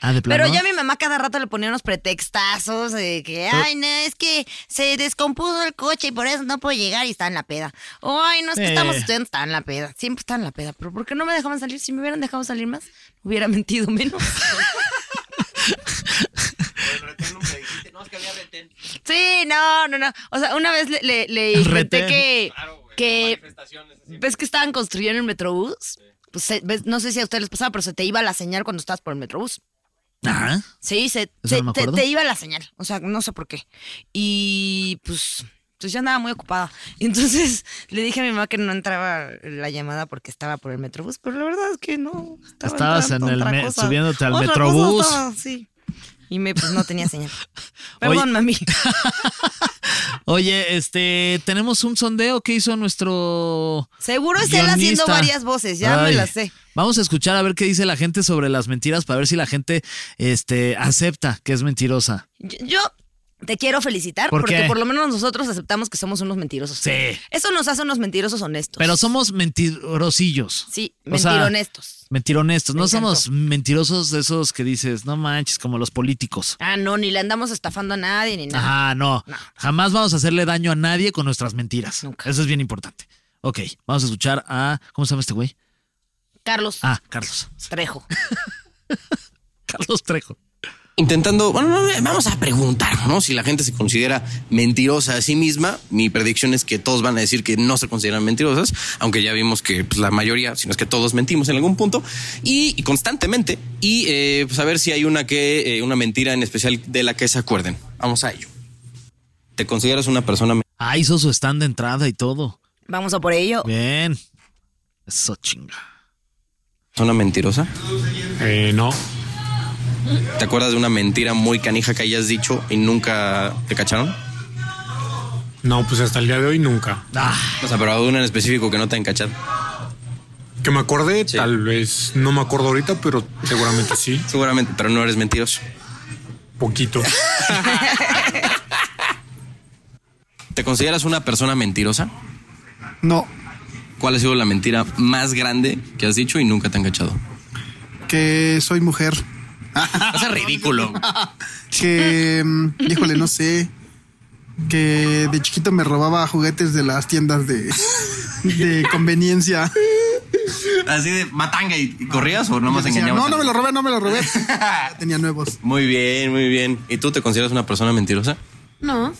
[SPEAKER 4] Ah, de plano.
[SPEAKER 3] Pero ya mi mamá cada rato le ponía unos pretextazos de que, ay, no, es que se descompuso el coche y por eso no puedo llegar y está en la peda. O, ay, no, es que
[SPEAKER 4] Eh.
[SPEAKER 3] estamos estudiando, está en la peda. Siempre está en la peda. Pero ¿por qué no me dejaban salir? Si me hubieran dejado salir más, hubiera mentido
[SPEAKER 4] <laughs>
[SPEAKER 3] menos.
[SPEAKER 7] El retén nunca dijiste, no, es que había retén.
[SPEAKER 3] sí, no, no, no. O sea, una vez le, le, le
[SPEAKER 4] Retén.
[SPEAKER 3] conté que,
[SPEAKER 7] Claro, güey.
[SPEAKER 3] que
[SPEAKER 7] Manifestaciones así.
[SPEAKER 3] ¿Ves que estaban construyendo el Metrobús? Pues se- ves- no sé si a ustedes les pasaba, pero se te iba la señal cuando estabas por el Metrobús.
[SPEAKER 4] Ah,
[SPEAKER 3] Sí, se,
[SPEAKER 4] Eso
[SPEAKER 3] se-
[SPEAKER 4] no me
[SPEAKER 3] te,
[SPEAKER 4] acuerdo.
[SPEAKER 3] te iba la señal. O sea, no sé por qué. Y pues, pues yo andaba muy ocupada. <laughs> Y entonces le dije a mi mamá que no entraba la llamada porque estaba por el Metrobús, pero la verdad es que no. estaba
[SPEAKER 4] Estabas
[SPEAKER 3] entrando
[SPEAKER 4] en el
[SPEAKER 3] otra
[SPEAKER 4] me-
[SPEAKER 3] cosa.
[SPEAKER 4] subiéndote al
[SPEAKER 3] Otra cosa
[SPEAKER 4] Metrobús.
[SPEAKER 3] estaba, sí. Y me, pues no tenía señal. Perdón,
[SPEAKER 4] <laughs> Oye.
[SPEAKER 3] mami.
[SPEAKER 4] Oye, este, tenemos un sondeo que hizo nuestro. <laughs>
[SPEAKER 3] Seguro es él haciendo
[SPEAKER 4] guionista.
[SPEAKER 3] varias voces, Pues ya me
[SPEAKER 4] Ay.
[SPEAKER 3] las sé.
[SPEAKER 4] Vamos a escuchar a ver qué dice la gente sobre las mentiras para ver si la gente este, acepta que es mentirosa.
[SPEAKER 3] Yo, yo te quiero felicitar
[SPEAKER 4] ¿Por
[SPEAKER 3] porque
[SPEAKER 4] qué?
[SPEAKER 3] por lo menos nosotros aceptamos que somos unos mentirosos.
[SPEAKER 4] Sí.
[SPEAKER 3] Eso nos hace unos mentirosos honestos.
[SPEAKER 4] Pero somos mentirosillos.
[SPEAKER 3] sí,
[SPEAKER 4] O sea,
[SPEAKER 3] mentironestos.
[SPEAKER 4] Mentironestos.
[SPEAKER 3] Me
[SPEAKER 4] No
[SPEAKER 3] encantó.
[SPEAKER 4] somos mentirosos de esos que dices, no manches, como los políticos.
[SPEAKER 3] Ah, no, ni le andamos estafando a nadie ni nada.
[SPEAKER 4] Ajá, no. Jamás vamos a hacerle daño a nadie con nuestras mentiras.
[SPEAKER 3] Nunca.
[SPEAKER 4] Eso es bien importante. Ok, vamos a escuchar a. ¿Cómo se llama este güey?
[SPEAKER 3] Carlos
[SPEAKER 4] Ah, Carlos. <laughs>
[SPEAKER 3] Trejo.
[SPEAKER 4] Carlos Trejo.
[SPEAKER 8] intentando, bueno, no, vamos a preguntar, ¿no? Si la gente se considera mentirosa a sí misma, mi predicción es que todos van a decir que no se consideran mentirosas, aunque ya vimos que pues, la mayoría, si no es que todos mentimos en algún punto, y, y constantemente, y eh, pues a ver si hay una que, eh, una mentira en especial de la que se acuerden. Vamos a ello. ¿Te consideras una persona
[SPEAKER 4] Ah, hizo su stand de entrada y todo.
[SPEAKER 3] Vamos a por ello.
[SPEAKER 4] Bien. Eso chinga.
[SPEAKER 8] persona mentirosa?
[SPEAKER 9] Eh, no,
[SPEAKER 8] ¿Te acuerdas de una mentira muy canija que hayas dicho y nunca te cacharon?
[SPEAKER 9] no, pues hasta el día de hoy nunca.
[SPEAKER 4] Ah,
[SPEAKER 8] O sea, pero una en específico que no te han cachado.
[SPEAKER 9] Que me acordé,
[SPEAKER 8] Sí.
[SPEAKER 9] tal vez, no me acuerdo ahorita, pero seguramente sí,
[SPEAKER 8] Seguramente, pero no eres mentiroso.
[SPEAKER 9] poquito.
[SPEAKER 8] ¿Te consideras una persona mentirosa?
[SPEAKER 10] No,
[SPEAKER 8] ¿Cuál ha sido la mentira más grande que has dicho y nunca te han cachado?
[SPEAKER 10] que soy
[SPEAKER 8] <laughs>
[SPEAKER 10] mujer.
[SPEAKER 8] O sea, ridículo.
[SPEAKER 10] Que, mm, híjole, no sé. Que de chiquito me robaba juguetes de las tiendas de, de conveniencia.
[SPEAKER 8] Así de matanga y, y corrías o
[SPEAKER 10] Y
[SPEAKER 8] nomás
[SPEAKER 10] yo decía,
[SPEAKER 8] engañabas.
[SPEAKER 10] no,
[SPEAKER 8] a
[SPEAKER 10] no me lo
[SPEAKER 8] alguien?
[SPEAKER 10] robé, no me lo robé. Ya Tenía nuevos.
[SPEAKER 8] Muy bien, muy bien. ¿Y tú te consideras una persona mentirosa?
[SPEAKER 11] No.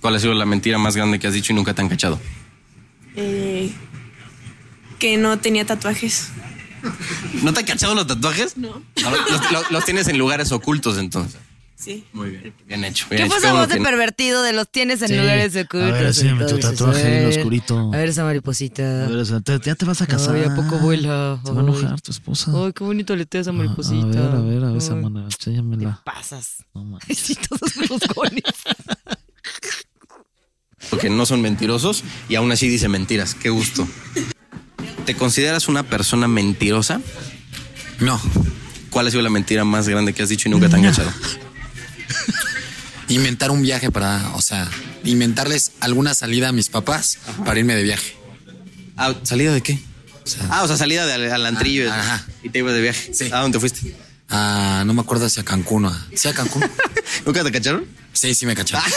[SPEAKER 8] ¿Cuál ha sido la mentira más grande que has dicho y nunca te han cachado?
[SPEAKER 11] eh, que no tenía tatuajes.
[SPEAKER 8] ¿No te han cachado los tatuajes?
[SPEAKER 11] No.
[SPEAKER 8] Los, los- los tienes en lugares ocultos entonces.
[SPEAKER 11] Sí.
[SPEAKER 8] Muy bien. Bien hecho. bien
[SPEAKER 3] ¿Qué
[SPEAKER 8] hecho.
[SPEAKER 3] fue
[SPEAKER 8] Qué
[SPEAKER 3] esa
[SPEAKER 8] bueno
[SPEAKER 3] voz de
[SPEAKER 8] que-
[SPEAKER 3] pervertido de los tienes en
[SPEAKER 4] Sí.
[SPEAKER 3] lugares
[SPEAKER 4] A
[SPEAKER 3] ocultos?
[SPEAKER 4] ver, enséñame tu
[SPEAKER 3] Entonces,
[SPEAKER 4] tatuaje
[SPEAKER 3] a
[SPEAKER 4] en lo
[SPEAKER 3] ver,
[SPEAKER 4] oscurito.
[SPEAKER 3] A ver esa mariposita.
[SPEAKER 4] a ver, o sea, te- ya te vas a casar.
[SPEAKER 3] Ay, ¿a poco vuela?
[SPEAKER 4] Te va a
[SPEAKER 3] Ay.
[SPEAKER 4] enojar tu esposa.
[SPEAKER 3] Ay, qué bonito le te esa mariposita.
[SPEAKER 4] Ah, A ver, a ver, a ver, esa
[SPEAKER 3] Ay,
[SPEAKER 4] mona. Enséñamela.
[SPEAKER 3] Pasas.
[SPEAKER 4] No manches.
[SPEAKER 3] <laughs> Sí, todos los goles.
[SPEAKER 8] porque no son mentirosos y aún así dice mentiras. Qué gusto. ¿Te consideras una persona mentirosa? No. ¿Cuál ha sido la mentira más grande que has dicho y nunca te han cachado?
[SPEAKER 12] inventar un viaje para, o sea, inventarles alguna salida a mis papás para irme de viaje.
[SPEAKER 8] Ah, ¿Salida de qué?
[SPEAKER 12] sea-
[SPEAKER 8] ah, o sea, salida de al, al antrillo
[SPEAKER 12] Ah, ajá.
[SPEAKER 8] y te ibas de viaje.
[SPEAKER 12] Sí.
[SPEAKER 8] ¿A dónde fuiste?
[SPEAKER 12] Ah, no me acuerdo si a Cancún o a... ¿Sí a Cancún?
[SPEAKER 8] <laughs> ¿Nunca te cacharon?
[SPEAKER 12] sí, sí me cacharon.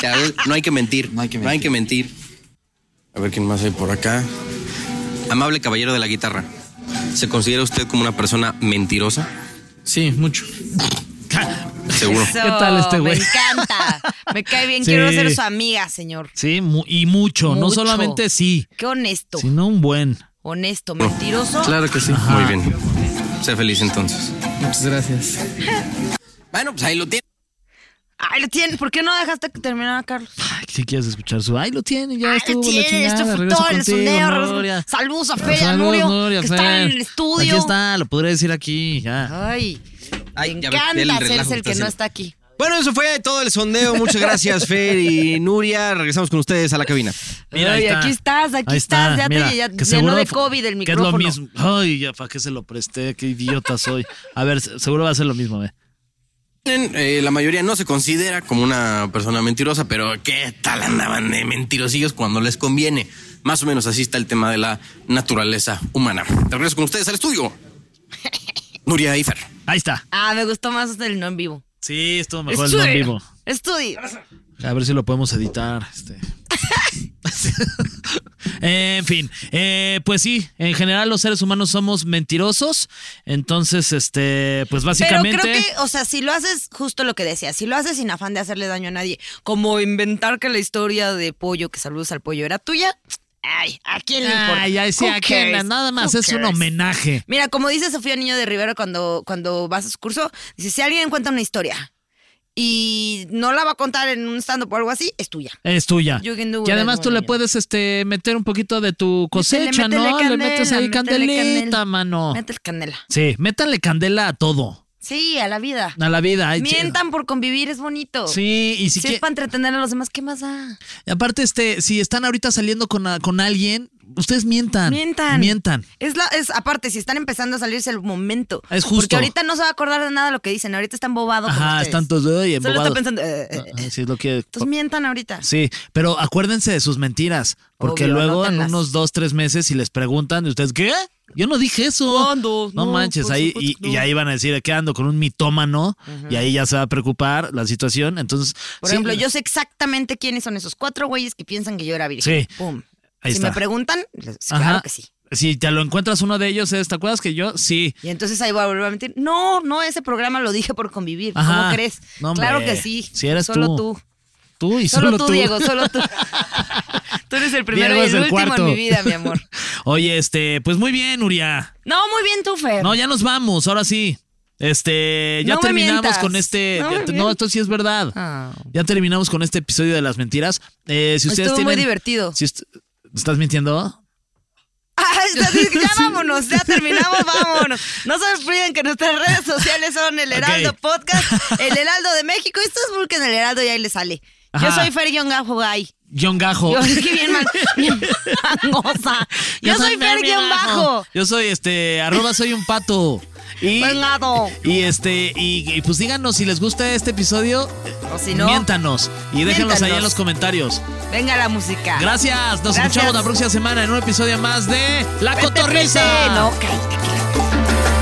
[SPEAKER 8] Ya ves, no hay que mentir.
[SPEAKER 12] No hay que
[SPEAKER 8] mentir. A ver quién más hay por acá. Amable caballero de la guitarra. ¿Se considera usted como una persona mentirosa?
[SPEAKER 12] Sí, mucho.
[SPEAKER 8] Seguro.
[SPEAKER 3] Eso,
[SPEAKER 4] <laughs> ¿Qué tal este güey?
[SPEAKER 3] Me encanta. Me cae bien. Quiero
[SPEAKER 4] Sí.
[SPEAKER 3] ser su amiga, señor.
[SPEAKER 4] Sí, mu- y mucho, No
[SPEAKER 3] Mucho.
[SPEAKER 4] solamente sí,
[SPEAKER 3] Qué honesto.
[SPEAKER 4] sino un buen.
[SPEAKER 3] Honesto, mentiroso.
[SPEAKER 8] Claro que sí. Muy bien. Sé feliz entonces.
[SPEAKER 3] Ok.
[SPEAKER 8] Muchas gracias. Bueno, pues ahí lo tiene.
[SPEAKER 3] Ay, lo tienen. ¿Por qué no dejaste que terminara, Carlos?
[SPEAKER 4] Si quieres escuchar su. Ahí Ah, lo tiene,
[SPEAKER 3] Ah,
[SPEAKER 4] ya estuvo. la
[SPEAKER 3] Tiene
[SPEAKER 4] chingada,
[SPEAKER 3] este fue
[SPEAKER 4] regreso
[SPEAKER 3] todo el
[SPEAKER 4] contigo,
[SPEAKER 3] sondeo.
[SPEAKER 4] Nuria.
[SPEAKER 3] regreso- Pues Saludos a Fede, a
[SPEAKER 4] Saludos,
[SPEAKER 3] Nurio,
[SPEAKER 4] Nuria,
[SPEAKER 3] que están
[SPEAKER 4] Fer.
[SPEAKER 3] en el estudio.
[SPEAKER 4] Aquí está, lo podré decir aquí, ya.
[SPEAKER 3] Ay,
[SPEAKER 13] Ay, ya
[SPEAKER 3] me encanta
[SPEAKER 13] relajo
[SPEAKER 3] hacerse el
[SPEAKER 13] está
[SPEAKER 3] que no
[SPEAKER 13] haciendo.
[SPEAKER 3] está aquí.
[SPEAKER 13] Bueno, eso fue todo el sondeo. Muchas gracias, Fer y Nuria. Regresamos con ustedes a la cabina.
[SPEAKER 4] <laughs> Mira, ahí
[SPEAKER 3] Ay,
[SPEAKER 4] está.
[SPEAKER 3] aquí estás, aquí
[SPEAKER 4] Ahí está,
[SPEAKER 3] estás. Ya
[SPEAKER 4] mira,
[SPEAKER 3] te ya,
[SPEAKER 4] que
[SPEAKER 3] llenó
[SPEAKER 4] seguro
[SPEAKER 3] de
[SPEAKER 4] fue-
[SPEAKER 3] COVID el
[SPEAKER 4] Que es lo
[SPEAKER 3] micrófono.
[SPEAKER 4] mismo. Ay, ya, ¿para qué se lo presté? Qué idiota soy. A ver, se- seguro va a ser lo mismo, ve.
[SPEAKER 8] Eh, la mayoría no se considera como una persona mentirosa, pero ¿qué tal andaban de mentirosillos cuando les conviene? Más o menos así está el tema de la naturaleza humana. Regreso con ustedes al estudio. Nuria Ifer.
[SPEAKER 4] Ahí está.
[SPEAKER 3] Ah, me gustó más el no en vivo.
[SPEAKER 4] Sí, estuvo mejor el no en vivo.
[SPEAKER 3] Estudio.
[SPEAKER 4] A ver si lo podemos editar. Este. <laughs> en fin, eh, pues sí, en general los seres humanos somos mentirosos. Entonces, este, pues básicamente.
[SPEAKER 3] Pero creo que, o sea, si lo haces justo lo que decía, si lo haces sin afán de hacerle daño a nadie, como inventar que la historia de pollo, que saludos al pollo, era tuya, ay, ¿a quién le importa?
[SPEAKER 4] Ay, ay, sí,
[SPEAKER 3] Who
[SPEAKER 4] ¿a quién?
[SPEAKER 3] cares?
[SPEAKER 4] Nada más
[SPEAKER 3] Who
[SPEAKER 4] es un
[SPEAKER 3] cares?
[SPEAKER 4] homenaje.
[SPEAKER 3] Mira, como dice Sofía Niño de Rivera cuando, cuando vas a su curso, dice, si alguien cuenta una historia y no la va a contar en un stand-up o algo así, es tuya.
[SPEAKER 4] Es tuya.
[SPEAKER 3] You can do
[SPEAKER 4] Y
[SPEAKER 3] it,
[SPEAKER 4] además
[SPEAKER 3] es
[SPEAKER 4] tú le
[SPEAKER 3] buena.
[SPEAKER 4] puedes este, meter un poquito de tu
[SPEAKER 3] Métele,
[SPEAKER 4] cosecha, ¿no?
[SPEAKER 3] métele
[SPEAKER 4] le metes ahí
[SPEAKER 3] candela, métele
[SPEAKER 4] candelita,
[SPEAKER 3] candela.
[SPEAKER 4] mano.
[SPEAKER 3] Métele candela.
[SPEAKER 4] Sí, métanle candela a todo.
[SPEAKER 3] Sí, a la vida.
[SPEAKER 4] A la vida. Ay, sí.
[SPEAKER 3] Mientan por convivir, es bonito.
[SPEAKER 4] Sí, y si
[SPEAKER 3] Si
[SPEAKER 4] quie-
[SPEAKER 3] es para entretener a los demás, ¿qué más da?
[SPEAKER 4] Y Aparte, este, si están ahorita saliendo con, a- con alguien, ustedes mientan.
[SPEAKER 3] Mientan.
[SPEAKER 4] Mientan.
[SPEAKER 3] Es la, es, aparte, si están empezando a salirse el momento.
[SPEAKER 4] Es justo.
[SPEAKER 3] Porque ahorita no se va a acordar de nada de lo que dicen. Ahorita están bobados.
[SPEAKER 4] Ajá, están todos. Ay,
[SPEAKER 3] Solo
[SPEAKER 4] embobados.
[SPEAKER 3] está pensando. eh, eh, eh.
[SPEAKER 4] Ah, sí, es lo que.
[SPEAKER 3] Entonces mientan ahorita.
[SPEAKER 4] Sí, pero acuérdense de sus mentiras, porque
[SPEAKER 3] Obvio,
[SPEAKER 4] luego en
[SPEAKER 3] anótenlas.
[SPEAKER 4] unos dos, tres meses, si les preguntan, y ustedes, ¿qué? Yo no dije eso. No,
[SPEAKER 3] No,
[SPEAKER 4] manches,
[SPEAKER 3] por
[SPEAKER 4] ahí, y,
[SPEAKER 3] supuesto que
[SPEAKER 4] y
[SPEAKER 3] no.
[SPEAKER 4] ahí van a decir, ¿qué ando con un mitómano? Y ahí ya se va a preocupar la situación. Entonces,
[SPEAKER 3] Por
[SPEAKER 4] sí,
[SPEAKER 3] ejemplo, yo sé exactamente quiénes son esos cuatro güeyes que piensan que yo era virgen.
[SPEAKER 4] Sí.
[SPEAKER 3] Pum.
[SPEAKER 4] Ahí
[SPEAKER 3] si
[SPEAKER 4] está.
[SPEAKER 3] me preguntan, les-
[SPEAKER 4] Ajá.
[SPEAKER 3] claro que sí.
[SPEAKER 4] Si te lo encuentras uno de ellos, es, ¿te acuerdas que yo? Sí.
[SPEAKER 3] Y entonces ahí voy a volver a mentir. No, no, ese programa lo dije por convivir.
[SPEAKER 4] Ajá.
[SPEAKER 3] ¿Cómo crees?
[SPEAKER 4] No, hombre.
[SPEAKER 3] claro que sí.
[SPEAKER 4] Si eres
[SPEAKER 3] solo
[SPEAKER 4] tú.
[SPEAKER 3] tú.
[SPEAKER 4] Tú y
[SPEAKER 3] Solo,
[SPEAKER 4] solo,
[SPEAKER 3] tú, Diego,
[SPEAKER 4] <laughs>
[SPEAKER 3] solo tú. tú eres el primero
[SPEAKER 4] Diego
[SPEAKER 3] y
[SPEAKER 4] es
[SPEAKER 3] el, último
[SPEAKER 4] cuarto.
[SPEAKER 3] en mi vida, mi amor.
[SPEAKER 4] <laughs> Oye, este, pues muy bien, Uria.
[SPEAKER 3] No, muy bien tú, Fer.
[SPEAKER 4] No, ya nos vamos, ahora sí. Este, ya
[SPEAKER 3] Em, No me
[SPEAKER 4] terminamos
[SPEAKER 3] mientas.
[SPEAKER 4] con este.
[SPEAKER 3] No
[SPEAKER 4] ya
[SPEAKER 3] me
[SPEAKER 4] te- No,
[SPEAKER 3] mientas. Ah.
[SPEAKER 4] esto sí es verdad. Ya terminamos con este episodio de las mentiras. Eh, si ustedes
[SPEAKER 3] Estuvo
[SPEAKER 4] tienen,
[SPEAKER 3] muy divertido.
[SPEAKER 4] si est- ¿Estás mintiendo?
[SPEAKER 3] <laughs> Ah, está-
[SPEAKER 4] <laughs>
[SPEAKER 3] ya vámonos, ya terminamos, vámonos. No se olviden que nuestras
[SPEAKER 4] <laughs>
[SPEAKER 3] redes sociales son el Heraldo
[SPEAKER 4] Ok. <laughs>
[SPEAKER 3] Podcast, el Heraldo de México. Y ustedes busquen el Heraldo y ahí les sale. Yo
[SPEAKER 4] Ajá.
[SPEAKER 3] soy Fer Gajo Gay.
[SPEAKER 4] John Gajo.
[SPEAKER 3] Yo, <laughs>
[SPEAKER 4] <laughs>
[SPEAKER 3] qué bien mal, bien mangosa. Yo, soy Fer
[SPEAKER 4] Fergio
[SPEAKER 3] Bajo.
[SPEAKER 4] Yo soy este, arroba soy un pato.
[SPEAKER 3] <laughs>
[SPEAKER 4] Y,
[SPEAKER 3] Venado.
[SPEAKER 4] y este, y, y pues díganos si les gusta este episodio.
[SPEAKER 3] O si no,
[SPEAKER 4] Miéntanos. Y déjenos ahí en
[SPEAKER 3] miéntanos.
[SPEAKER 4] los comentarios.
[SPEAKER 3] Venga la música.
[SPEAKER 4] Gracias. Nos
[SPEAKER 3] Gracias.
[SPEAKER 4] escuchamos la próxima semana en un episodio más de La
[SPEAKER 3] Vete,
[SPEAKER 4] Cotorrisa.
[SPEAKER 3] vete. No, cállate.